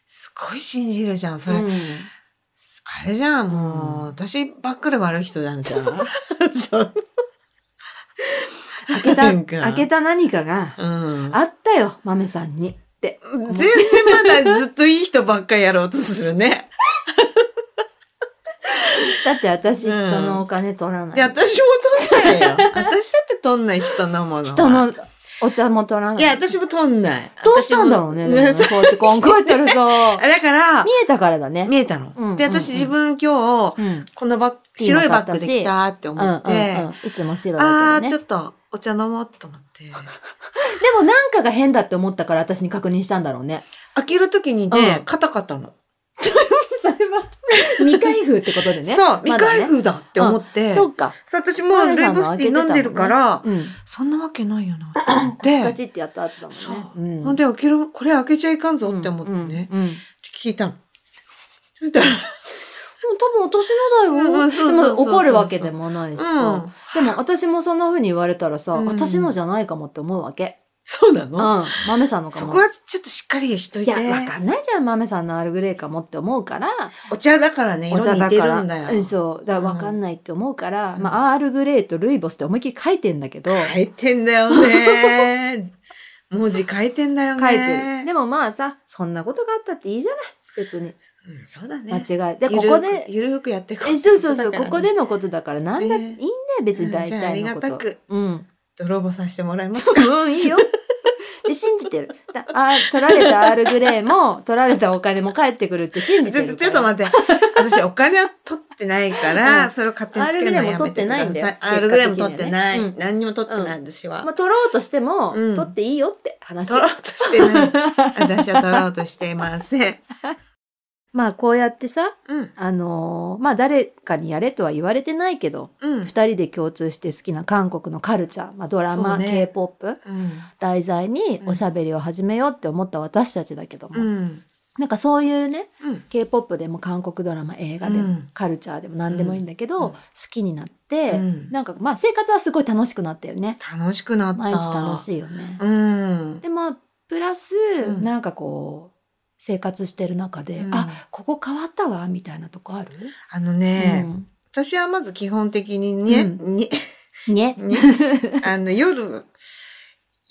Speaker 2: すごい信じるじゃん、それ。
Speaker 1: うん
Speaker 2: あれじゃん、もう、
Speaker 1: うん
Speaker 2: 私ばっかり悪い人なん じゃん。ちょっと。
Speaker 1: 開けた、
Speaker 2: なんか
Speaker 1: 開けた何かが
Speaker 2: うん。
Speaker 1: あったよ、豆さんに。って。
Speaker 2: 全然まだずっといい人ばっかりやろうとする ね。
Speaker 1: だって私
Speaker 2: うん
Speaker 1: 人のお金取らない。
Speaker 2: で、私も取んないよ。私だって取んない人のものは。
Speaker 1: 人のお茶も取らない。
Speaker 2: いや、私も取んない。
Speaker 1: どうしたんだろうね、
Speaker 2: 私
Speaker 1: でも
Speaker 2: も
Speaker 1: ね
Speaker 2: そう
Speaker 1: こうやって考えてる と。
Speaker 2: だから
Speaker 1: 見、えたからだね。
Speaker 2: 見えたの。
Speaker 1: うん
Speaker 2: で、
Speaker 1: うん
Speaker 2: 私自分今日、
Speaker 1: うん。
Speaker 2: このバッグ、
Speaker 1: いいの
Speaker 2: 白いバッグできたって
Speaker 1: う
Speaker 2: 思
Speaker 1: んうん
Speaker 2: っ
Speaker 1: う
Speaker 2: て、
Speaker 1: ん。いつも白
Speaker 2: あ
Speaker 1: だ
Speaker 2: ー、
Speaker 1: け
Speaker 2: ち
Speaker 1: ど
Speaker 2: ょ
Speaker 1: ね。
Speaker 2: っとお茶飲もうと思って。
Speaker 1: でもなんかが変だって思ったから私に確認したんだろうね。
Speaker 2: 開けるときにね、
Speaker 1: うん
Speaker 2: カタカタの。
Speaker 1: それは 未開封ってことでね。
Speaker 2: そう、未
Speaker 1: まだね
Speaker 2: 開封だって思って。
Speaker 1: そうか。
Speaker 2: そう私もうルイボスティー飲んでるから、
Speaker 1: うん。
Speaker 2: そんなわけないよなって思っ
Speaker 1: カチカ
Speaker 2: て。
Speaker 1: チってやった後だもんね。
Speaker 2: そう。
Speaker 1: ん
Speaker 2: ほんで開ける、これ開けちゃいかんぞって思ってね。
Speaker 1: うんうんうん
Speaker 2: 聞いたの。そしたら、
Speaker 1: もう多分私のだよ。
Speaker 2: うんそうそうそうそう
Speaker 1: でも怒るわけでもないし
Speaker 2: う
Speaker 1: さ
Speaker 2: ん。
Speaker 1: でも私もそんな風に言われたらさ、
Speaker 2: うん
Speaker 1: 私のじゃないかもって思うわけ。
Speaker 2: そうな
Speaker 1: う
Speaker 2: の、
Speaker 1: ん。豆さんのか
Speaker 2: そ
Speaker 1: も。
Speaker 2: こはちょっとしっかりしとい
Speaker 1: い
Speaker 2: て。
Speaker 1: や、わかんないじゃん、豆さんのアールグレイかもって思うから、
Speaker 2: お茶だからね、
Speaker 1: お
Speaker 2: 色
Speaker 1: 茶
Speaker 2: 似
Speaker 1: だ
Speaker 2: て
Speaker 1: か
Speaker 2: る
Speaker 1: ら。
Speaker 2: んだよ。
Speaker 1: うんそう。だからわかんないって思うから、
Speaker 2: うん
Speaker 1: まあ、アールグレイとルイボスって思いっきり書いてんだけど、
Speaker 2: 書いてんだよね。文字書いてんだよね。
Speaker 1: 書いてる。でもまあさ、そんなことがあったっていいじゃない。別に。
Speaker 2: うん、そうだね。
Speaker 1: 間違い。で、
Speaker 2: ゆ
Speaker 1: こ
Speaker 2: る
Speaker 1: こで、
Speaker 2: ゆるくやっていこ
Speaker 1: えそうそうそう、
Speaker 2: だから
Speaker 1: ここでのことだから、なんだ、い
Speaker 2: ね
Speaker 1: いんだよ、別に大
Speaker 2: じゃああり
Speaker 1: 体の
Speaker 2: が
Speaker 1: こ
Speaker 2: た
Speaker 1: と。
Speaker 2: く
Speaker 1: うん。
Speaker 2: 泥棒させてもらいますか。
Speaker 1: うん、いいよ。 で、信じてる。だあ取られたアールグレイも、取られたお金も返ってくるって信じ
Speaker 2: ち
Speaker 1: て
Speaker 2: ょっ
Speaker 1: るか
Speaker 2: と
Speaker 1: ら。
Speaker 2: ちょっと待って。私お金は取ってないから、
Speaker 1: うん
Speaker 2: それを勝手につけるのはやめてください。
Speaker 1: ア
Speaker 2: ア
Speaker 1: ール
Speaker 2: ール
Speaker 1: グレ
Speaker 2: グレ
Speaker 1: イ
Speaker 2: イ
Speaker 1: も取
Speaker 2: も取
Speaker 1: っ
Speaker 2: ってて
Speaker 1: な
Speaker 2: ないい。
Speaker 1: うん
Speaker 2: 何にも取ってない、私は。
Speaker 1: まあ、取ろうとしても、
Speaker 2: うん
Speaker 1: 取っていいよって話。
Speaker 2: 取ろうとしてない。私は取ろうとしていません。
Speaker 1: まあ、こうやってさ、
Speaker 2: うん。
Speaker 1: あのーまあ、誰かにやれとは言われてないけど、
Speaker 2: うん。
Speaker 1: 二人で共通して好きな韓国のカルチャー、まあ、ドラ
Speaker 2: そ
Speaker 1: マ、
Speaker 2: うね
Speaker 1: K-POP
Speaker 2: うん。
Speaker 1: 題材に
Speaker 2: うん
Speaker 1: おしゃべりを始めようって思った私たちだけども、
Speaker 2: うん。
Speaker 1: なんかそういうね、
Speaker 2: うん。
Speaker 1: K-POP でも韓国ドラマ、映画でも、
Speaker 2: うん
Speaker 1: カルチャーでも何でもいいんだけど、
Speaker 2: うん
Speaker 1: 好きになって、
Speaker 2: うん
Speaker 1: なんかまあ生活はすごい楽しくなったよね。
Speaker 2: 楽しくなった。
Speaker 1: 毎日楽しいよね。
Speaker 2: うん。
Speaker 1: でまあプラス、
Speaker 2: ん
Speaker 1: なんかこう生活してる中で、
Speaker 2: うん
Speaker 1: あここ変わったわみたいなとこある、
Speaker 2: あのね、
Speaker 1: うん
Speaker 2: 私はまず基本的にね、
Speaker 1: う
Speaker 2: に
Speaker 1: ね。
Speaker 2: にあの夜、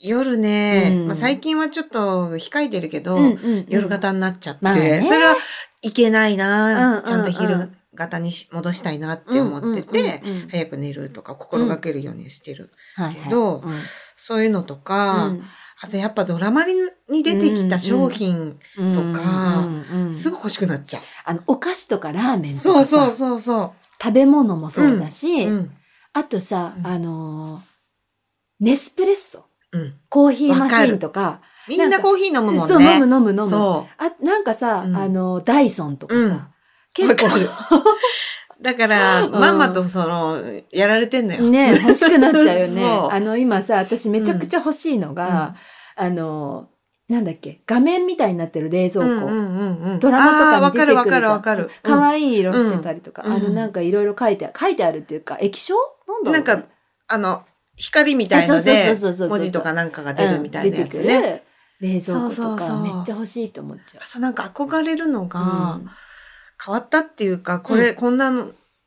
Speaker 2: 夜ね、
Speaker 1: うん
Speaker 2: まあ、最近はちょっと控えてるけど、
Speaker 1: うんうんうん
Speaker 2: 夜型になっちゃって、
Speaker 1: まあね
Speaker 2: それはいけないな、
Speaker 1: うん
Speaker 2: ちゃん
Speaker 1: うん
Speaker 2: と
Speaker 1: う
Speaker 2: 昼型にし戻したいなって思ってて、
Speaker 1: うんうんうんうん
Speaker 2: 早く寝るとか心がけるようにしてる、
Speaker 1: はいはい
Speaker 2: けど
Speaker 1: うん
Speaker 2: そういうのとか、
Speaker 1: うん
Speaker 2: あとやっぱドラマに出てきた商品、とか
Speaker 1: うんうんうん
Speaker 2: すぐ欲しくなっちゃう、
Speaker 1: あのお菓子とかラーメンと
Speaker 2: そ
Speaker 1: か
Speaker 2: うそ
Speaker 1: さ
Speaker 2: うそうそ
Speaker 1: 食べ物もそうだし、
Speaker 2: ううん
Speaker 1: あとさ、
Speaker 2: うん
Speaker 1: あのーネスプレッソ
Speaker 2: うん
Speaker 1: コーヒーマシーンとか
Speaker 2: みんなコーヒー飲むもんね
Speaker 1: そう飲む飲む飲む
Speaker 2: そ
Speaker 1: あなんかさ、
Speaker 2: うん
Speaker 1: あのダイソンとかさ、
Speaker 2: う
Speaker 1: 結構
Speaker 2: わかる だから、
Speaker 1: ん
Speaker 2: まんまとそのやられてんのよ、
Speaker 1: ね、欲しくなっちゃうよね。
Speaker 2: そう
Speaker 1: あの、今さ、私めちゃくちゃ欲しいのが、あの、なんだっけ、画面みたいになってる冷蔵庫。
Speaker 2: うんうんうんうん
Speaker 1: ドラマとかに出てくるじゃん
Speaker 2: あーわかるわかるわかる
Speaker 1: 可愛い色してたりとか、
Speaker 2: うん
Speaker 1: あの
Speaker 2: うん
Speaker 1: なんかいろいろ書いてある、書いてあるっていうか、液晶なんだろう、
Speaker 2: なんか、あの、光みたいの
Speaker 1: あそう
Speaker 2: で
Speaker 1: そうそうそうそう、
Speaker 2: 文字とかなんかが出るみたいなやつ
Speaker 1: うん出て
Speaker 2: ね。
Speaker 1: くる冷蔵庫
Speaker 2: そ
Speaker 1: と
Speaker 2: うそうそ
Speaker 1: か、
Speaker 2: う
Speaker 1: めっちゃ欲しいと思っちゃう。
Speaker 2: そう、なんか憧れるのが
Speaker 1: うん
Speaker 2: 変わったっていうか、これ、こんな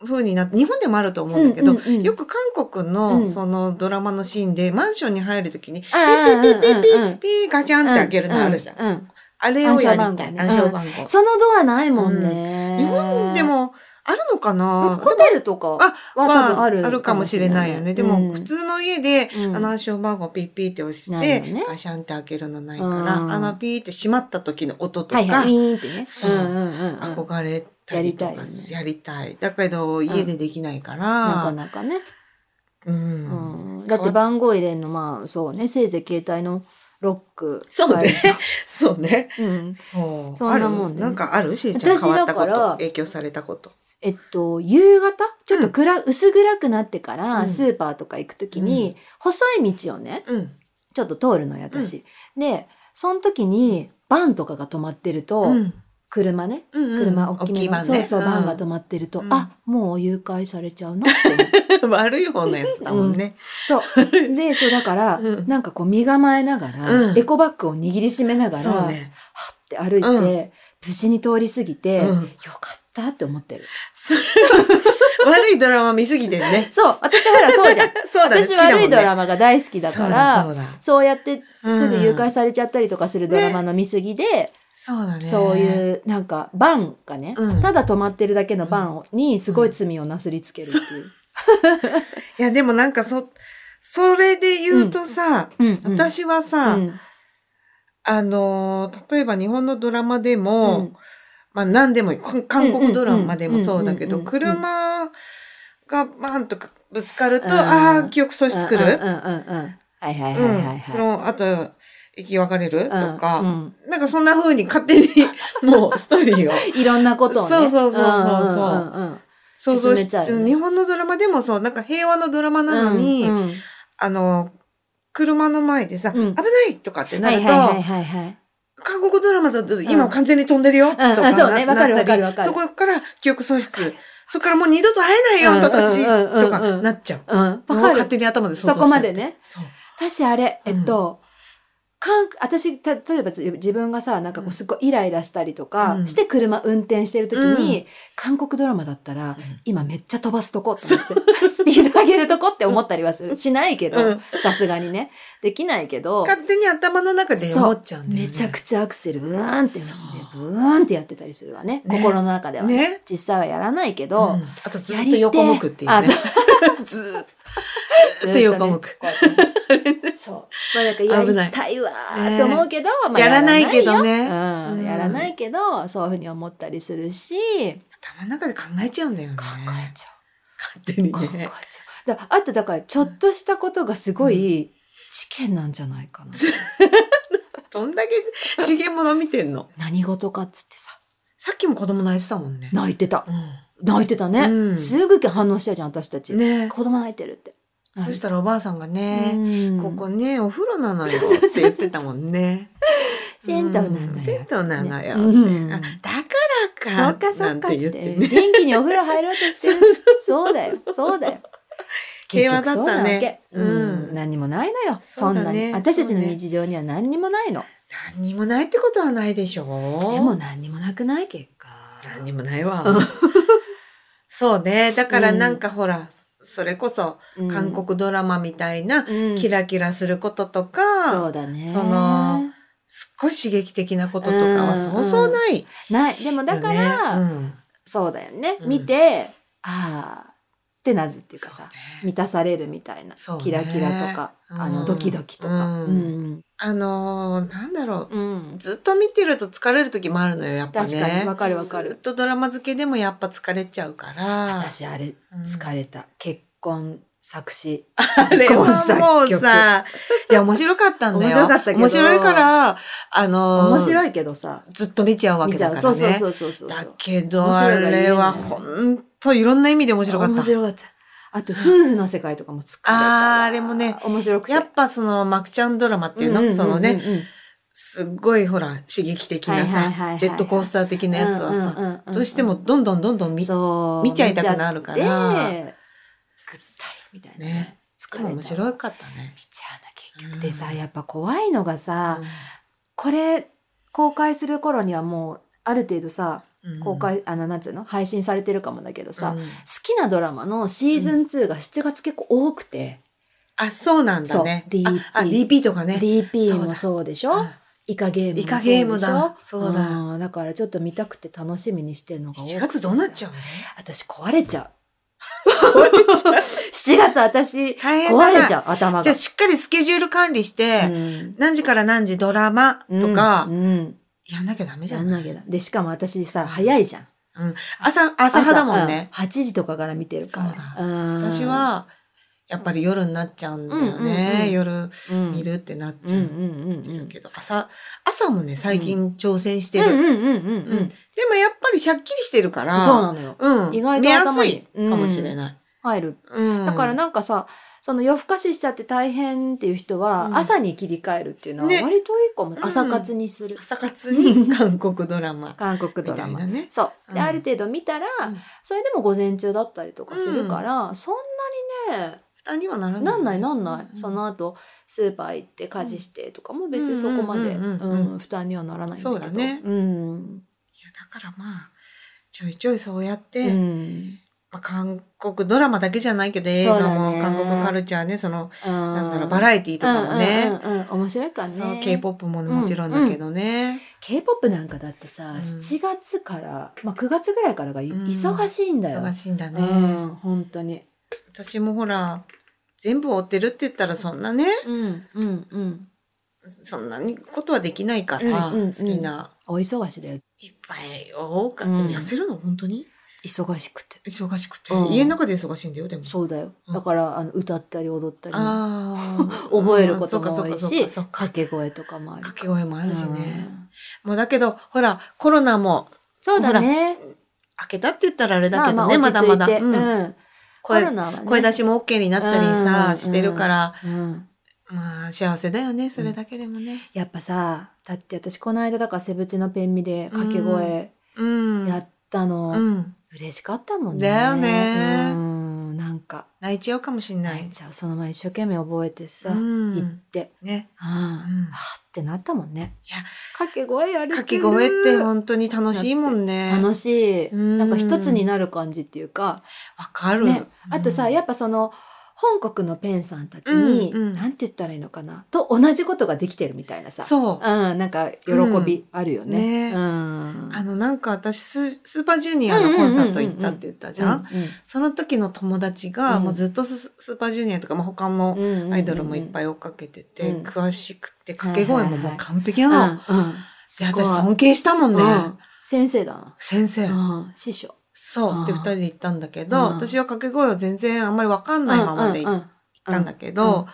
Speaker 2: 風になって、日本でもあると思うんだけ
Speaker 1: うん
Speaker 2: ど、
Speaker 1: うんうん
Speaker 2: よく韓国
Speaker 1: う
Speaker 2: の
Speaker 1: ん
Speaker 2: そのドラマのシーンで、マンションに入るときに、ピ
Speaker 1: あー
Speaker 2: ッピッピッピ
Speaker 1: うんうんう
Speaker 2: ッ
Speaker 1: ん
Speaker 2: ピーガチャンって開けるのあるじゃん。
Speaker 1: うんうん
Speaker 2: あれをやりた
Speaker 1: 暗
Speaker 2: い。暗
Speaker 1: 証
Speaker 2: 証
Speaker 1: 番
Speaker 2: 番号。
Speaker 1: そのドアないもんね。
Speaker 2: 日本でもあるのかな
Speaker 1: ホテルとかは多分
Speaker 2: ま
Speaker 1: ある、
Speaker 2: あるかもしれないよね。でも、
Speaker 1: う
Speaker 2: 普
Speaker 1: ん
Speaker 2: 通の家で、
Speaker 1: うん
Speaker 2: あの暗証番号ピッピーって押し
Speaker 1: ない
Speaker 2: て、
Speaker 1: よね
Speaker 2: ガシャンって開けるのないか
Speaker 1: うん
Speaker 2: ら、あのピーって閉まった時の音とか、
Speaker 1: はいはい、ウィーンってね。
Speaker 2: そうん
Speaker 1: んんうん
Speaker 2: 憧れたりと
Speaker 1: やりた
Speaker 2: か
Speaker 1: いよね
Speaker 2: やりたい。だけど、家でできないか、
Speaker 1: なからなかね。
Speaker 2: うん。
Speaker 1: うん、だって番号入れんの、まあそうね、せいぜい携帯のロック。
Speaker 2: そうね。そうね。
Speaker 1: うん。
Speaker 2: そう。
Speaker 1: そんなもんね
Speaker 2: あるなんかあるしーちゃん
Speaker 1: 私
Speaker 2: 変わったこ
Speaker 1: だから
Speaker 2: と、影響されたこと。
Speaker 1: えっと、夕方ちょっと暗、薄暗くなってから、
Speaker 2: うん
Speaker 1: スーパーとか行くときに、細い道をね、
Speaker 2: うん。
Speaker 1: ちょっと通るのよ、私。で、その時に、バンとかが止まってると、
Speaker 2: うん。
Speaker 1: 車ね、
Speaker 2: うん
Speaker 1: 車、大きめの、そうそう、バンが止まってると、あ、もう誘拐されちゃうなって 思う。
Speaker 2: うん 悪い方のやつだもんね。
Speaker 1: そう。 で、そうだから、
Speaker 2: うん
Speaker 1: なんかこう身構えながら、
Speaker 2: うん
Speaker 1: エコバッグを握りしめながら、
Speaker 2: そう
Speaker 1: はっ
Speaker 2: ね。
Speaker 1: て歩いて、
Speaker 2: うん
Speaker 1: 無事に通り過ぎて、
Speaker 2: うん
Speaker 1: よかったって思ってる。
Speaker 2: それは 悪いドラマ見すぎてるね。
Speaker 1: そう、私ほらそうじゃん。
Speaker 2: そうだね。
Speaker 1: 私悪いドラ
Speaker 2: マ
Speaker 1: マが大好きだから、
Speaker 2: そうだ
Speaker 1: そうやって
Speaker 2: うん
Speaker 1: すぐ誘拐されちゃったりとかするドラマの見過ぎで、
Speaker 2: そうだ。そうだね。
Speaker 1: そう
Speaker 2: う。
Speaker 1: いうなんかバンがね、
Speaker 2: うん
Speaker 1: ただ止まってるだけのバンをにすごい罪をなすりつけるっていう。
Speaker 2: いや、でもなんかそ、それで言うとさ、
Speaker 1: うんうん
Speaker 2: 私はさ、
Speaker 1: うん
Speaker 2: あのー、例えば日本のドラマでも、
Speaker 1: うん
Speaker 2: まあ何でもいい。こ韓国ドラマでもそうだけ
Speaker 1: うん
Speaker 2: ど、
Speaker 1: うんうんうんうん
Speaker 2: 車がバンとぶつかると、
Speaker 1: うん
Speaker 2: ああ、記憶喪失く
Speaker 1: うんうん
Speaker 2: る
Speaker 1: うんうん。はいはいはいは
Speaker 2: う
Speaker 1: いはい
Speaker 2: ん。。その、あと、生き別れると
Speaker 1: うん
Speaker 2: か、
Speaker 1: うん
Speaker 2: なんかそんな風に勝手にもうストーリーを
Speaker 1: いろんなことをね。
Speaker 2: そうそうそうそうそうん
Speaker 1: んんん
Speaker 2: 想
Speaker 1: 進
Speaker 2: 像し
Speaker 1: めちゃう
Speaker 2: て、
Speaker 1: よね
Speaker 2: 日本のドラマでもそう、なんか平和のドラマなのに、
Speaker 1: うんうん
Speaker 2: あの、車の前でさ、
Speaker 1: うん
Speaker 2: 危ないとかってな
Speaker 1: は
Speaker 2: る
Speaker 1: い
Speaker 2: と、
Speaker 1: はいはいはいはい。
Speaker 2: 韓国ドラマだと今
Speaker 1: うん
Speaker 2: 完全に飛んでるよ、とか
Speaker 1: うんそうね
Speaker 2: な
Speaker 1: わかる
Speaker 2: なったり
Speaker 1: わかるわ
Speaker 2: そ
Speaker 1: か
Speaker 2: こから記憶喪失。そこからもう二度と会えないよ、私、
Speaker 1: うんうんうんうん
Speaker 2: とかなっちゃう。
Speaker 1: うん。わ
Speaker 2: もう
Speaker 1: か
Speaker 2: 勝
Speaker 1: る。
Speaker 2: 手に頭で
Speaker 1: そ
Speaker 2: 想像しちゃう
Speaker 1: こまで。ね。
Speaker 2: そう。
Speaker 1: 私あれ、
Speaker 2: う
Speaker 1: え
Speaker 2: ん
Speaker 1: っと、韓私、た例えば自自分がさ、なんかこうすっごいイライラしたりと
Speaker 2: う
Speaker 1: か
Speaker 2: ん
Speaker 1: して車運転してるとき
Speaker 2: う
Speaker 1: に、韓国ドラマだったら、今めっちゃ飛ばすとこと思って、スピード上げるとこって思ったりはする。しないけど
Speaker 2: うん、
Speaker 1: さすがにね。できないけど、
Speaker 2: 勝手に頭の中で思っちゃうんだよ、ね。
Speaker 1: めちゃく
Speaker 2: ち
Speaker 1: ちゃアクセルブーンって踏んでブーンってやってたりするわね
Speaker 2: ね
Speaker 1: 心の中ではね
Speaker 2: ね
Speaker 1: 実際はやらないけ
Speaker 2: ゃ
Speaker 1: ど、
Speaker 2: あとず
Speaker 1: や
Speaker 2: っ
Speaker 1: り
Speaker 2: と
Speaker 1: てえ
Speaker 2: 横向くっていう
Speaker 1: あ
Speaker 2: ね
Speaker 1: そ。
Speaker 2: ずーっと
Speaker 1: ず
Speaker 2: ずっと横向く。
Speaker 1: こうやってねそうまあなんかや
Speaker 2: 危ない
Speaker 1: りたいわーって思うけど、まあ、
Speaker 2: やらないけど
Speaker 1: ね
Speaker 2: ね。
Speaker 1: うん、
Speaker 2: うん
Speaker 1: やらないけどそういうふうに思ったりするし
Speaker 2: 頭の中で考えちゃうんだよね。
Speaker 1: 考えちゃ
Speaker 2: 勝手に
Speaker 1: う考えちゃ
Speaker 2: ね。
Speaker 1: うだあとだからちょっとしたことがすごい事件なんじゃないかな、
Speaker 2: どんだけ次元もの見てんの
Speaker 1: 何事かっつってさ
Speaker 2: さっきも子供泣いてたもんね。
Speaker 1: 泣いてた
Speaker 2: う
Speaker 1: 泣いてたね、
Speaker 2: うん
Speaker 1: すぐ反応したじゃん私たち、
Speaker 2: ん。ね
Speaker 1: 子供泣いてるって
Speaker 2: そしたらおばあさんがね、
Speaker 1: うん
Speaker 2: ここね、お風呂なのよって言ってたもんね。
Speaker 1: 銭湯なのよ
Speaker 2: うん銭湯なのよって。
Speaker 1: うん
Speaker 2: あだか
Speaker 1: そ
Speaker 2: ら
Speaker 1: っか
Speaker 2: か。
Speaker 1: そ
Speaker 2: な
Speaker 1: っ
Speaker 2: ん
Speaker 1: か
Speaker 2: て
Speaker 1: っ
Speaker 2: 言
Speaker 1: つ
Speaker 2: っ
Speaker 1: ってて
Speaker 2: ね。
Speaker 1: 元気にお風呂入ろうとして るそうだよそうだよ
Speaker 2: 平和だったね
Speaker 1: 結局そうなわけう
Speaker 2: う
Speaker 1: んん、何にもないのよ
Speaker 2: そ
Speaker 1: そ
Speaker 2: うんだね
Speaker 1: なに私たちの
Speaker 2: そうね
Speaker 1: 日常には何にもないの、
Speaker 2: 何にもないってことはないでしょ
Speaker 1: でも何にもなくない結果
Speaker 2: 何にもないわ。 そうね。だからなんかほら、それこそ
Speaker 1: うん
Speaker 2: 韓国ドラマみたいな
Speaker 1: うん
Speaker 2: キラキラすることと
Speaker 1: そ
Speaker 2: か、
Speaker 1: うだね
Speaker 2: そのすっごい刺激的なこととかはそうそうないよね。
Speaker 1: ないでもだから、
Speaker 2: うん
Speaker 1: そうだよね
Speaker 2: うん
Speaker 1: 見て、ああってなるっていうかさ
Speaker 2: そうね
Speaker 1: 満たされるみたいな、
Speaker 2: そうね
Speaker 1: キラキラとか、あ
Speaker 2: う
Speaker 1: の
Speaker 2: ん
Speaker 1: ドキドキとか、
Speaker 2: う
Speaker 1: うん
Speaker 2: あのーなんだろ
Speaker 1: うん
Speaker 2: う。ずっと見てると疲れる時もあるのよ、やっぱね。
Speaker 1: 確かにわかるわかる
Speaker 2: ずっとドラマ漬けでもやっぱ疲れちゃうから。
Speaker 1: 私あれ
Speaker 2: うん
Speaker 1: 疲れた、結婚作詞
Speaker 2: あれはもう
Speaker 1: 結婚作曲
Speaker 2: さ、いや、面白かったんだよ。
Speaker 1: 面白かったけど
Speaker 2: 面白いから、あのー
Speaker 1: 面白いけどさ
Speaker 2: ずっと見ちゃうわ
Speaker 1: 見
Speaker 2: け
Speaker 1: ちゃ
Speaker 2: だ
Speaker 1: う、
Speaker 2: からね。
Speaker 1: そうそうそうそうそう
Speaker 2: だけど、
Speaker 1: 面
Speaker 2: あ
Speaker 1: 白いがゆえ
Speaker 2: れ
Speaker 1: の
Speaker 2: はほんといろんな意味で面白かった
Speaker 1: 面。白かったあと夫婦の世界とかも疲れたわ
Speaker 2: あーでもね
Speaker 1: 面白くて
Speaker 2: やっぱその、マクちゃんドラマっていうの、そのね、すっごいほら、刺激的な
Speaker 1: はいはいはいはいは
Speaker 2: さ、
Speaker 1: い
Speaker 2: ジェットコースター的なやつはさ、
Speaker 1: さ
Speaker 2: どうしてもどんどんどんどん見ちゃ見ちゃいたくなるから
Speaker 1: ぐったりみたいな
Speaker 2: ね
Speaker 1: ね疲れた
Speaker 2: 面白かったね
Speaker 1: 見。ちゃうの結局でさ
Speaker 2: うん
Speaker 1: やっぱ怖いのがさ、
Speaker 2: う
Speaker 1: これ公開する頃にはもうある程度さ
Speaker 2: ん
Speaker 1: 公開、あのなんつうの配信されてるかもだけどさ、
Speaker 2: う
Speaker 1: 好
Speaker 2: ん
Speaker 1: きなドラマのシーズン2が7月結構多くて、
Speaker 2: あ、そうなんだね。
Speaker 1: そう DP
Speaker 2: あ、あ DP とかね。
Speaker 1: DP
Speaker 2: そうだ
Speaker 1: もそうでし
Speaker 2: う
Speaker 1: ょ
Speaker 2: ん
Speaker 1: イカゲームもそうでしょ
Speaker 2: イカゲームだそうだ
Speaker 1: んだからちょっと見たくて楽しみにしてるのが多くて
Speaker 2: 7月どうなっちゃうの
Speaker 1: 私壊れちゃう7月私
Speaker 2: 大変だ
Speaker 1: 壊
Speaker 2: な
Speaker 1: れちゃう頭が
Speaker 2: じゃあしっかりスケジュール管理して、
Speaker 1: うん
Speaker 2: 何時から何時ドラマとか
Speaker 1: う、ん
Speaker 2: やんなきゃダメ
Speaker 1: うん、
Speaker 2: じ
Speaker 1: や
Speaker 2: ゃ
Speaker 1: ん
Speaker 2: ん。
Speaker 1: なきゃだでしかも私さ早いじゃん
Speaker 2: 朝、朝派だもんね。
Speaker 1: 朝うん8時とかから見てるから
Speaker 2: そうだ
Speaker 1: うん
Speaker 2: 私は、やっぱり夜になっちゃうんだよ
Speaker 1: うんう
Speaker 2: ね。
Speaker 1: んうん
Speaker 2: 夜
Speaker 1: うん
Speaker 2: 見るってなっ
Speaker 1: う
Speaker 2: ち
Speaker 1: ん
Speaker 2: ゃ
Speaker 1: う
Speaker 2: うん
Speaker 1: うんうんうん
Speaker 2: けど、朝、朝もね、最近挑戦して
Speaker 1: う
Speaker 2: る。
Speaker 1: んうんうん
Speaker 2: う
Speaker 1: うんん
Speaker 2: でもやっぱりシャッキリしてるから、
Speaker 1: そうなのよ
Speaker 2: うん。
Speaker 1: 意外と
Speaker 2: 見や
Speaker 1: 頭
Speaker 2: す
Speaker 1: に
Speaker 2: いかもしれない。
Speaker 1: 入る
Speaker 2: うん。
Speaker 1: だからなんかさその夜更かししちゃって大変っていう人は、
Speaker 2: うん
Speaker 1: 朝に切り替えるっていうのは
Speaker 2: ね
Speaker 1: 割といいかも、
Speaker 2: ん
Speaker 1: 朝活にする
Speaker 2: 朝活に韓国ドラマ
Speaker 1: 韓国
Speaker 2: み
Speaker 1: ド
Speaker 2: た
Speaker 1: ラ
Speaker 2: い
Speaker 1: マ
Speaker 2: なね。
Speaker 1: そうで、
Speaker 2: うん
Speaker 1: ある程度見たら、
Speaker 2: ん
Speaker 1: それでも午前中だったりとかするから、そんなにね
Speaker 2: 負担にはならない。
Speaker 1: なんないなんない、
Speaker 2: うん
Speaker 1: その後スーパー行って家事してとかも別にそこまで
Speaker 2: うんうんうんうんうん
Speaker 1: うん負担にはならないんだけど
Speaker 2: そうだね
Speaker 1: うん、
Speaker 2: いや、だからまあ、ちょいちょいそうやって、
Speaker 1: うん
Speaker 2: まあ、韓国ドラマだけじゃないけど、映画も、
Speaker 1: そうだね
Speaker 2: 韓国カルチャーね、その、なんだろう、バ
Speaker 1: エ
Speaker 2: ラエティーとかもね、
Speaker 1: うんうんうんうん面白いから
Speaker 2: そう
Speaker 1: ね
Speaker 2: K-POP ももちろんだけどね。
Speaker 1: K-POP なんかだってさ、
Speaker 2: うん
Speaker 1: 7月から、まあ、9月ぐらいからがい、
Speaker 2: うん
Speaker 1: 忙しいんだよ。
Speaker 2: 忙しいんだね、
Speaker 1: うん、本当に。
Speaker 2: 私もほら、全部追ってるって言ったらそんなね、
Speaker 1: うんうんうん。
Speaker 2: そんなにことはできないから、
Speaker 1: うんうんうん
Speaker 2: 好きな、
Speaker 1: お忙しだよ。
Speaker 2: いっぱい多かっ
Speaker 1: う
Speaker 2: た。
Speaker 1: ん
Speaker 2: でも痩せるの本当に
Speaker 1: 忙しくて。
Speaker 2: 忙しくて、
Speaker 1: うん
Speaker 2: 家の中で忙しいんだよ、でも。
Speaker 1: そうだよ
Speaker 2: う。ん
Speaker 1: だから、あの歌ったり踊ったりも、
Speaker 2: ああ。
Speaker 1: 覚えること
Speaker 2: うん
Speaker 1: も
Speaker 2: そ
Speaker 1: 多
Speaker 2: うか
Speaker 1: い
Speaker 2: そう
Speaker 1: し、
Speaker 2: かそうか
Speaker 1: 掛け声とかもある。
Speaker 2: 掛け声もあるしね
Speaker 1: う。ん
Speaker 2: もうだけど、ほら、コロナも
Speaker 1: そうだね。
Speaker 2: 明けたって言ったらあれだけどね、
Speaker 1: ま
Speaker 2: ま
Speaker 1: あまあ
Speaker 2: だま
Speaker 1: 落ち着
Speaker 2: だ
Speaker 1: い。て。
Speaker 2: うん
Speaker 1: うん。コロ
Speaker 2: 声
Speaker 1: ナはね。
Speaker 2: 声出しも OK になったり
Speaker 1: うんうんう
Speaker 2: さ、
Speaker 1: ん
Speaker 2: してるから、
Speaker 1: うん。
Speaker 2: まあ幸せだよね、それだけでもね。
Speaker 1: やっぱさ、だって私この間だからセブチのペンミで掛け声
Speaker 2: うん。
Speaker 1: やったの。
Speaker 2: うん。
Speaker 1: 嬉しかったもんね。
Speaker 2: だよね
Speaker 1: うん、なんか、
Speaker 2: 泣いちゃうかもしんない。
Speaker 1: じゃあその前一生懸命覚えてさ、
Speaker 2: うん
Speaker 1: 行って、
Speaker 2: ね。
Speaker 1: ああ、
Speaker 2: うん
Speaker 1: はあってなったもんね。
Speaker 2: いや
Speaker 1: 掛け声やる
Speaker 2: 掛け声って本当に楽しいもんね。
Speaker 1: 楽しい。
Speaker 2: うん
Speaker 1: なんか一つになる感じっていうか、
Speaker 2: わかる。
Speaker 1: ね。あとさ、や
Speaker 2: っ
Speaker 1: っぱその、本国のペンさんたちに、
Speaker 2: うんうん
Speaker 1: なんて言ったらいいのかな、と同じことができてるみたいなさ。
Speaker 2: そう。
Speaker 1: うん、なんか喜びあるよね。
Speaker 2: ね
Speaker 1: うん。
Speaker 2: あの、なんか私ス、スーパージュニアのコンサート行ったって言ったじゃん。その時の友達が、
Speaker 1: うん
Speaker 2: もうずっとススーパージュニアとか、まあ、他の
Speaker 1: うん、
Speaker 2: アイドルもいっ
Speaker 1: い
Speaker 2: ぱい追っかけてて、
Speaker 1: うん
Speaker 2: 詳しくて掛け声ももう完璧な
Speaker 1: う
Speaker 2: の。
Speaker 1: んうん。
Speaker 2: で
Speaker 1: ごい
Speaker 2: 私尊敬したもんね、
Speaker 1: うん先生だな。
Speaker 2: 先生、
Speaker 1: うん、師匠。
Speaker 2: そうで
Speaker 1: うん
Speaker 2: 二人で行ったんだけど、
Speaker 1: うん
Speaker 2: 私は掛け声は全然あんまりわかんないままで行っ
Speaker 1: った
Speaker 2: んだけど、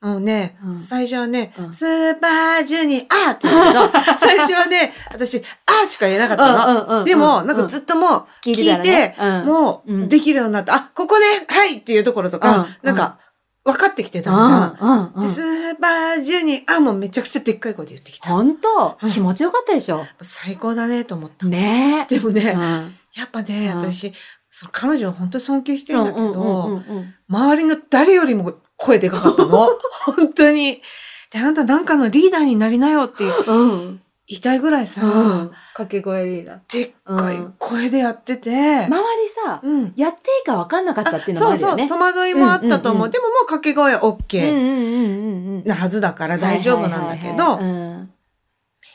Speaker 2: うんね、
Speaker 1: うん
Speaker 2: 最初はね、
Speaker 1: うん
Speaker 2: スーパージュニアって言うけど、最初はね、私、あーしか言えなかったの。でも、なんかずっともう、聞いて、
Speaker 1: う
Speaker 2: も
Speaker 1: ん
Speaker 2: う、できるようになった。あ、ここね、はいっていうところとか、
Speaker 1: うん
Speaker 2: なんか、分かってきてたんだ。
Speaker 1: だ
Speaker 2: で、スーパージュニアもうめちゃくちゃでっかい声で言ってきた。
Speaker 1: 本当
Speaker 2: うん
Speaker 1: 気持ちよかったでしょ。
Speaker 2: 最高だねと思った。
Speaker 1: ねえ。
Speaker 2: でもね、
Speaker 1: うん
Speaker 2: やっぱね、
Speaker 1: うん
Speaker 2: 私、その彼女を本当に尊敬してんだけど、
Speaker 1: うんうんうんうん
Speaker 2: 周りの誰よりも声でかかっ たの。本当に。で、あなたなんかのリーダーになりなよって
Speaker 1: うん。
Speaker 2: 言いたいぐらいさ、
Speaker 1: うん掛け声リーダー。
Speaker 2: でっかい声でやってて、
Speaker 1: 周りさ、
Speaker 2: うん。
Speaker 1: やっていいか分かんなかったっていうのも
Speaker 2: そ
Speaker 1: ある
Speaker 2: うそ
Speaker 1: よ
Speaker 2: う、
Speaker 1: ね。
Speaker 2: 戸惑いもあったと
Speaker 1: うんうん
Speaker 2: 思
Speaker 1: う
Speaker 2: う。
Speaker 1: ん
Speaker 2: でももう掛け声 OK
Speaker 1: うんうんうんうんうん
Speaker 2: なはずだから大丈夫なんだけ
Speaker 1: は
Speaker 2: ど、
Speaker 1: いはいはい
Speaker 2: め
Speaker 1: はいうん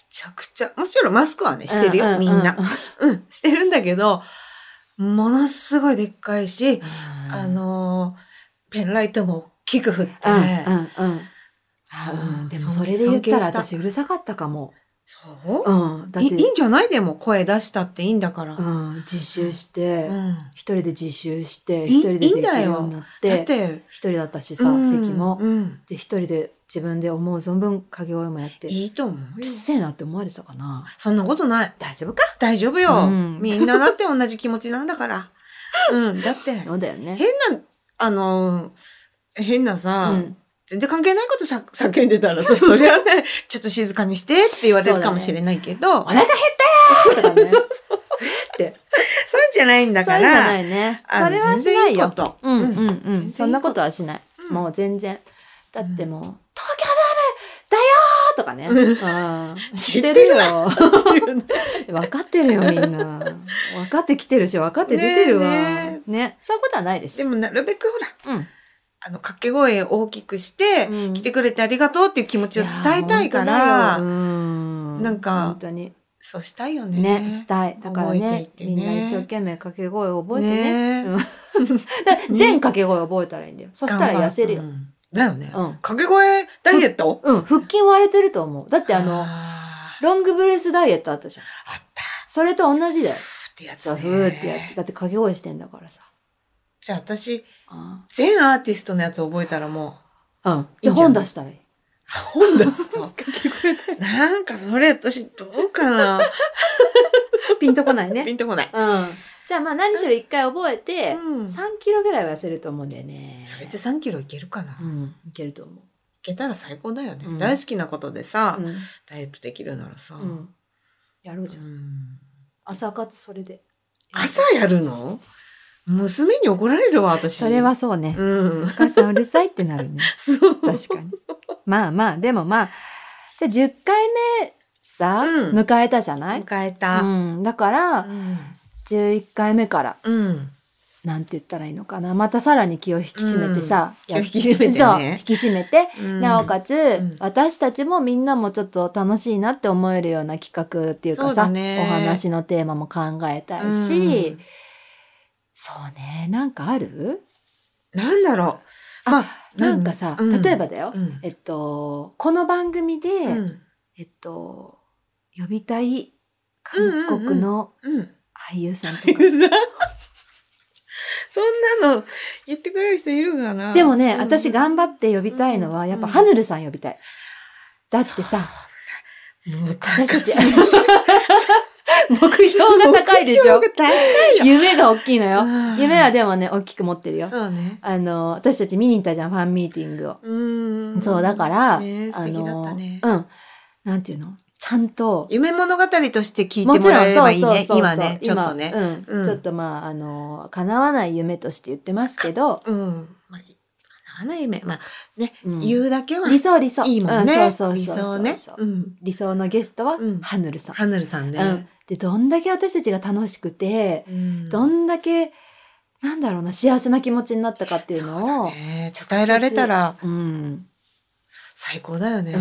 Speaker 2: ちゃくちゃ、もちろんマスクはね、してる
Speaker 1: うう
Speaker 2: よ、
Speaker 1: う
Speaker 2: みんな。 うん、してるんだけど、ものすごいでっかいし、あのー、ペンライトも大きく振って、
Speaker 1: うんうんうんあ
Speaker 2: う
Speaker 1: うんん。でもそれで言ったら
Speaker 2: 尊敬し
Speaker 1: 私うるさかったかも。
Speaker 2: そう
Speaker 1: うん。だっ
Speaker 2: い
Speaker 1: て
Speaker 2: いいんじゃないでも声出したっていいんだから。
Speaker 1: うん、自習して、
Speaker 2: うん
Speaker 1: 一人で自習して
Speaker 2: い
Speaker 1: 一人でできるようになっ
Speaker 2: だってて、
Speaker 1: 一人だったしさ、
Speaker 2: うん
Speaker 1: 席も、
Speaker 2: うん
Speaker 1: で一人で自分で思う存分掛け声もやってう
Speaker 2: いいと思う
Speaker 1: っ
Speaker 2: よ。
Speaker 1: せえなって思われてたかな
Speaker 2: そんなことない。
Speaker 1: 大丈夫か
Speaker 2: 大丈夫よ。
Speaker 1: うん
Speaker 2: みんなだって同じ気持ちなん だから。うん、だって、
Speaker 1: そうだよね
Speaker 2: 変な、あのー、変なさ、
Speaker 1: うん
Speaker 2: 全然関係ないことさ叫んでたら さ、そりゃね、ちょっと静かにしてって言われるかもしれないけど、
Speaker 1: お 腹減ったよ ーとかねえって
Speaker 2: そうじゃないんだ
Speaker 1: そう
Speaker 2: か
Speaker 1: じゃ
Speaker 2: ら、
Speaker 1: ないね
Speaker 2: あの
Speaker 1: それはしないよ
Speaker 2: 全然いいこと
Speaker 1: うんうん
Speaker 2: う
Speaker 1: う
Speaker 2: ん全然いい
Speaker 1: ん
Speaker 2: こと
Speaker 1: そんなことはしない
Speaker 2: うん
Speaker 1: もう全然だってもう東京ドームだよーとかねうん
Speaker 2: 知
Speaker 1: 知
Speaker 2: っ
Speaker 1: ってて
Speaker 2: る
Speaker 1: る
Speaker 2: よ
Speaker 1: よ
Speaker 2: っていうね
Speaker 1: 分かってるよみんな分かってきてるし分かって出てるわ
Speaker 2: ね
Speaker 1: ねそういうことはないです
Speaker 2: でもなるべくほら、
Speaker 1: うん
Speaker 2: あの、掛け声を大きくして、
Speaker 1: うん
Speaker 2: 来てくれてありがとうっていう気持ちを伝えたいか
Speaker 1: や
Speaker 2: ら、
Speaker 1: 本当だようん
Speaker 2: なんか
Speaker 1: 本当に
Speaker 2: そうしたいよね。
Speaker 1: ねしたいだからね
Speaker 2: 覚えていってね
Speaker 1: みんな一生懸命掛け声を覚えてね
Speaker 2: ね
Speaker 1: うんだから全掛け声覚えたらいいんだよそしたら痩せるよ
Speaker 2: 頑張うんだよね。
Speaker 1: うん
Speaker 2: 掛け声ダイエット
Speaker 1: うん、腹筋割れてると思うだってあの
Speaker 2: あー
Speaker 1: ロングブレスダイエットあったじゃん
Speaker 2: あった
Speaker 1: それと同じだよ
Speaker 2: ってやつ
Speaker 1: そう
Speaker 2: ね。
Speaker 1: ふーってやつだって掛け声してんだからさ
Speaker 2: じゃあ私、
Speaker 1: あ
Speaker 2: 全アーティストのやつ覚えたらも
Speaker 1: ーうん。
Speaker 2: いい
Speaker 1: で、
Speaker 2: んじゃない
Speaker 1: 本出したらいい。
Speaker 2: う、本出す
Speaker 1: そう
Speaker 2: と。なんかそれ私どう かな。
Speaker 1: ピンとこないね。
Speaker 2: ピンとこない。
Speaker 1: うん。じゃあまあ何しろ一回覚えて、
Speaker 2: うんそ
Speaker 1: 3キロぐらいは痩せると思うんだよね。
Speaker 2: れで3キロいけるかな。
Speaker 1: う
Speaker 2: い
Speaker 1: ん、いけると思
Speaker 2: けたら最高だよね。
Speaker 1: うん
Speaker 2: 大好きなことでさ、
Speaker 1: う。うん。
Speaker 2: ダイエットできるならさ。
Speaker 1: うん。やろうじゃん。
Speaker 2: うん
Speaker 1: 朝活それで。
Speaker 2: 朝やるの娘に怒られるわ、私。
Speaker 1: それは。そうね。
Speaker 2: うん
Speaker 1: お。母さんうるさいってなる ね。
Speaker 2: そう。
Speaker 1: 確かに。まあまあ、でもまあ、じゃあ10回目さ、
Speaker 2: うん
Speaker 1: 迎えたじゃない、
Speaker 2: 迎え
Speaker 1: う
Speaker 2: た。
Speaker 1: ん、だから、11回目から、
Speaker 2: うん。
Speaker 1: なんて言ったらいいのかな。またさらに気を引き締めてさ、
Speaker 2: うん
Speaker 1: やっ
Speaker 2: 気を引き締めてね
Speaker 1: そう、引き締めて、
Speaker 2: うん
Speaker 1: なおかつ、
Speaker 2: ん
Speaker 1: 私たちもみんなもちょっと楽しいなって思えるような企画っていう
Speaker 2: そ
Speaker 1: か
Speaker 2: うだ
Speaker 1: さ、
Speaker 2: ね
Speaker 1: お話のテーマも考えたいし、そうね、なんかある
Speaker 2: うんなんだろう。
Speaker 1: あ
Speaker 2: まあ、
Speaker 1: なんかさ、
Speaker 2: うん
Speaker 1: 例えばだよ、
Speaker 2: うん
Speaker 1: えっと、この番組で、
Speaker 2: うん
Speaker 1: えっと、呼びたい韓国の
Speaker 2: うん。
Speaker 1: 俳優さんとか。
Speaker 2: 嘘そんなの言ってくれる人いるかな
Speaker 1: でもね、
Speaker 2: うん
Speaker 1: 私頑張って呼びたいのは、やっぱ、
Speaker 2: うん
Speaker 1: はぬるさん呼びたい。だってさ、
Speaker 2: もう高
Speaker 1: 私たち
Speaker 2: すぎ、
Speaker 1: 目標が高いでしょ
Speaker 2: 目標が高いよ
Speaker 1: 夢が大きいのよ。
Speaker 2: うん
Speaker 1: 夢はでもね、大きく持ってるよ。
Speaker 2: そうね。
Speaker 1: あの、私たち見に行ったじゃん、ファンミーティングを。
Speaker 2: うん。
Speaker 1: そう、だから、
Speaker 2: ね、素
Speaker 1: あ
Speaker 2: 敵だった
Speaker 1: の、
Speaker 2: ね。
Speaker 1: うん。なんていうのちゃんと、
Speaker 2: 夢物語として聞いてもらえればいいね。今ね、ちょっとね。
Speaker 1: 今うん
Speaker 2: うん
Speaker 1: ちょっとまあ、あの、叶わない夢として言ってますけど、
Speaker 2: うん。まあ、叶わない夢。まあ、ね、
Speaker 1: うん
Speaker 2: 言うだけは
Speaker 1: 理想理想。
Speaker 2: いいもん
Speaker 1: う
Speaker 2: ね。
Speaker 1: んそうそう
Speaker 2: 理
Speaker 1: そうそう
Speaker 2: 想ね。うん。
Speaker 1: 理想のゲストは、
Speaker 2: うん
Speaker 1: ハヌルさん。
Speaker 2: ハヌルさん
Speaker 1: うん
Speaker 2: ね。
Speaker 1: で、どんだけ私たちが楽しくて、
Speaker 2: うん
Speaker 1: どんだけ、なんだろうな、幸せな気持ちになったかっていうのを、
Speaker 2: ね伝えられたら
Speaker 1: うん、
Speaker 2: 最高だよね。
Speaker 1: う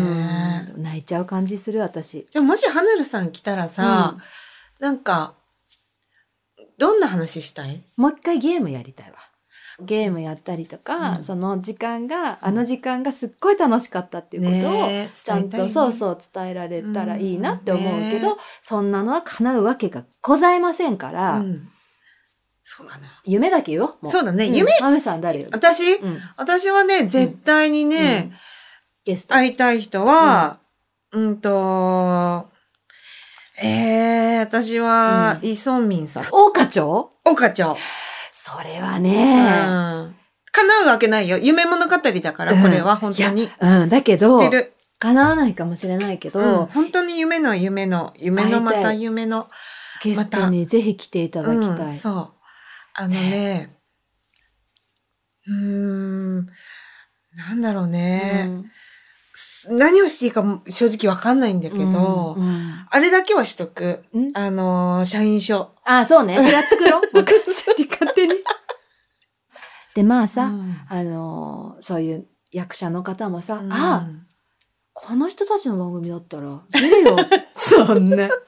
Speaker 1: ん、泣いちゃう感じする私。
Speaker 2: でももしハヌルさん来たらさ、なんか、どんな話したい
Speaker 1: もう一回ゲームやりたいわ。ゲームやったりとか、
Speaker 2: うん
Speaker 1: その時間があの時間がすっごい楽しかったっていうことを、
Speaker 2: ねえ
Speaker 1: ちゃんと、
Speaker 2: 伝えたいね
Speaker 1: そうそう伝えられたらいいなって思うけ
Speaker 2: うん
Speaker 1: ど、
Speaker 2: ね
Speaker 1: そんなのは叶うわけがございませんから、
Speaker 2: うんそうかな。
Speaker 1: 夢だけよもう
Speaker 2: そうだね。夢、
Speaker 1: マメさん誰よ、
Speaker 2: 私、
Speaker 1: うん
Speaker 2: 私はね、絶対にね、
Speaker 1: ゲスト、
Speaker 2: 会いたい人は、うん、と、えー、私は、
Speaker 1: う
Speaker 2: イソンミンさん。
Speaker 1: 大花町
Speaker 2: 岡ちゃん。
Speaker 1: それは
Speaker 2: う
Speaker 1: ね、
Speaker 2: ん。叶うわけないよ。夢物語だから、
Speaker 1: うん
Speaker 2: これは本当に。
Speaker 1: うんだけ
Speaker 2: 知っ
Speaker 1: ど
Speaker 2: てる。
Speaker 1: 叶わないかもしれないけど、
Speaker 2: うん、本当に夢の夢の、夢のま
Speaker 1: 会いた
Speaker 2: た
Speaker 1: い
Speaker 2: 夢の。
Speaker 1: ゲストにぜひ来ていただきた
Speaker 2: うん、
Speaker 1: い。
Speaker 2: そう。あのね、うーん、なんだろう
Speaker 1: う
Speaker 2: ね。
Speaker 1: ん
Speaker 2: 何をしていいかも正直わかんないんだけど、
Speaker 1: うんうん
Speaker 2: あれだけはしとく。
Speaker 1: ん
Speaker 2: あのー、社員証。
Speaker 1: あ、そうね。それは作 ろう。もう勝手に勝手に。で、まあさ、
Speaker 2: うん
Speaker 1: あのーそういう役者の方もさ、
Speaker 2: うん
Speaker 1: あ、この人たちの番組だったら出るよ。そんな。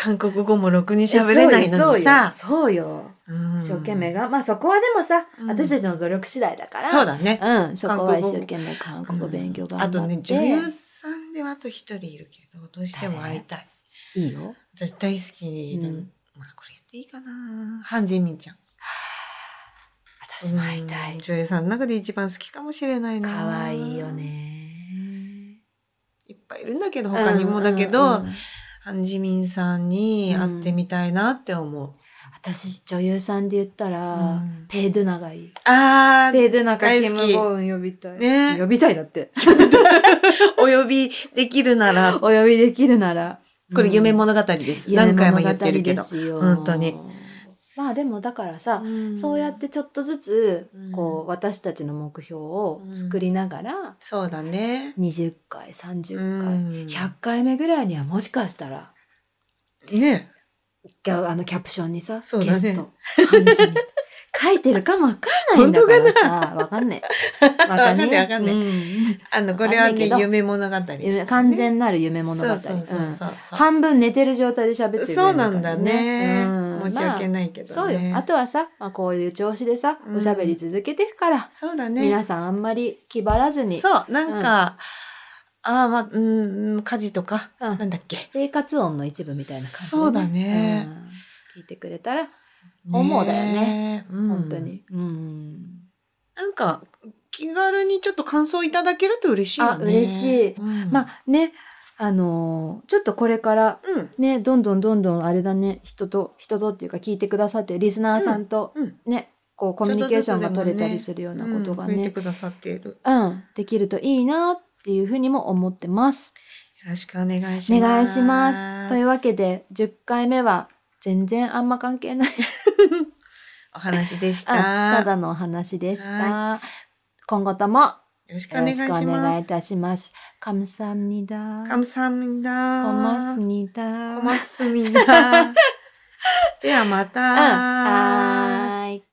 Speaker 2: 韓国語もろくに 喋れないのにさ、
Speaker 1: そうよ。そうよ。
Speaker 2: うん
Speaker 1: 一生懸命が、まあそこはでもさ、
Speaker 2: うん
Speaker 1: 私たちの努力次第だから。
Speaker 2: そうだね。
Speaker 1: うん、そこは一生懸命韓国語勉強頑張
Speaker 2: あ
Speaker 1: って。
Speaker 2: とね、女優さんではあと一人いるけど、どうしても会いたい。
Speaker 1: いいよ。
Speaker 2: 私大好きな、
Speaker 1: うん
Speaker 2: まあこれ言っていいかな。ハンジンミンちゃん。
Speaker 1: 私も会いた
Speaker 2: う
Speaker 1: い
Speaker 2: ん。女優さんの中で一番好きかもしれないな。
Speaker 1: 可愛いよ。ね。
Speaker 2: いっぱいいるんだけど、他にもだけど、
Speaker 1: うんうんうん
Speaker 2: ハンジミンさんに会ってみたいなって思う。
Speaker 1: 私女優さんで言ったら、
Speaker 2: うん
Speaker 1: ペイドゥナがいい。
Speaker 2: あー、
Speaker 1: ペイドゥナか
Speaker 2: 大
Speaker 1: キ
Speaker 2: 好き
Speaker 1: ム・ゴウン呼びたい。
Speaker 2: ね
Speaker 1: 呼びたいだって。
Speaker 2: お呼びできるなら、
Speaker 1: お呼びできるなら。
Speaker 2: これ夢
Speaker 1: も
Speaker 2: 物語です。何回も言ってるけど。本当に。
Speaker 1: まあでもだからさ、そうやっ。てちょっとずつ、こう私たちの目標を作りながら、
Speaker 2: そうだね。
Speaker 1: 20回30回、
Speaker 2: うん
Speaker 1: 100回目ぐらいにはもしかしたら
Speaker 2: ね。
Speaker 1: ギャあのキャプションにさ、
Speaker 2: そう
Speaker 1: ゲ
Speaker 2: だ
Speaker 1: ス
Speaker 2: ね
Speaker 1: ト漢字に書いてるかもわかんないんだからさわかんね えわかんねえ
Speaker 2: わかんねえ
Speaker 1: うん
Speaker 2: あの、これは
Speaker 1: わかんない
Speaker 2: ね
Speaker 1: け、ど
Speaker 2: 夢物語。
Speaker 1: 夢完全なる夢物語、
Speaker 2: そうそうそう
Speaker 1: うん
Speaker 2: そう
Speaker 1: 半分寝てる状態で喋ってるぐら
Speaker 2: そう
Speaker 1: いだから
Speaker 2: なんだね。
Speaker 1: うん
Speaker 2: 申し訳ないけどね。
Speaker 1: まあそうよあとはさ、まあ、こういう調子でさ
Speaker 2: うん
Speaker 1: おしゃべり続けてくから、
Speaker 2: そうだね。
Speaker 1: 皆さんあんまり気張らずに
Speaker 2: そう、なんか、ああ、まあ、うんうん、家事とか、
Speaker 1: うん
Speaker 2: なんだっけ。
Speaker 1: 生活音の一部みたいな感じで、
Speaker 2: そうだね
Speaker 1: うん聞いてくれたら思うだよね
Speaker 2: ねえ。うん
Speaker 1: 本当。に。うん
Speaker 2: なんか、気軽にちょっと感想いただけると嬉しいよね。
Speaker 1: あ嬉しい
Speaker 2: うん
Speaker 1: まあね、あのーちょっとこれから
Speaker 2: うん。
Speaker 1: ね、どんどんどんどんあれだね、人と、人とっていうか聞いてくださってるリスナーさんと
Speaker 2: うん。
Speaker 1: ね、こうコミュニケーションが取れたりするようなことが
Speaker 2: うん増えて
Speaker 1: ね、
Speaker 2: くださっている。よ
Speaker 1: うん、できるといいなっていうふうにも思ってます。
Speaker 2: ろしくお願いし
Speaker 1: お
Speaker 2: ます。
Speaker 1: 願いします。というわけで、10回目は全然あんま関係ない。
Speaker 2: お話でした。
Speaker 1: あただのお話でした。今後ともよ
Speaker 2: よろしくお願
Speaker 1: ろ
Speaker 2: い
Speaker 1: し
Speaker 2: し
Speaker 1: くお
Speaker 2: ます。
Speaker 1: 願いいたします。カムサムニダ。
Speaker 2: 감사합니다
Speaker 1: コマスニダ。
Speaker 2: 고맙습니다.ではま
Speaker 1: うん。
Speaker 2: た。
Speaker 1: はーい。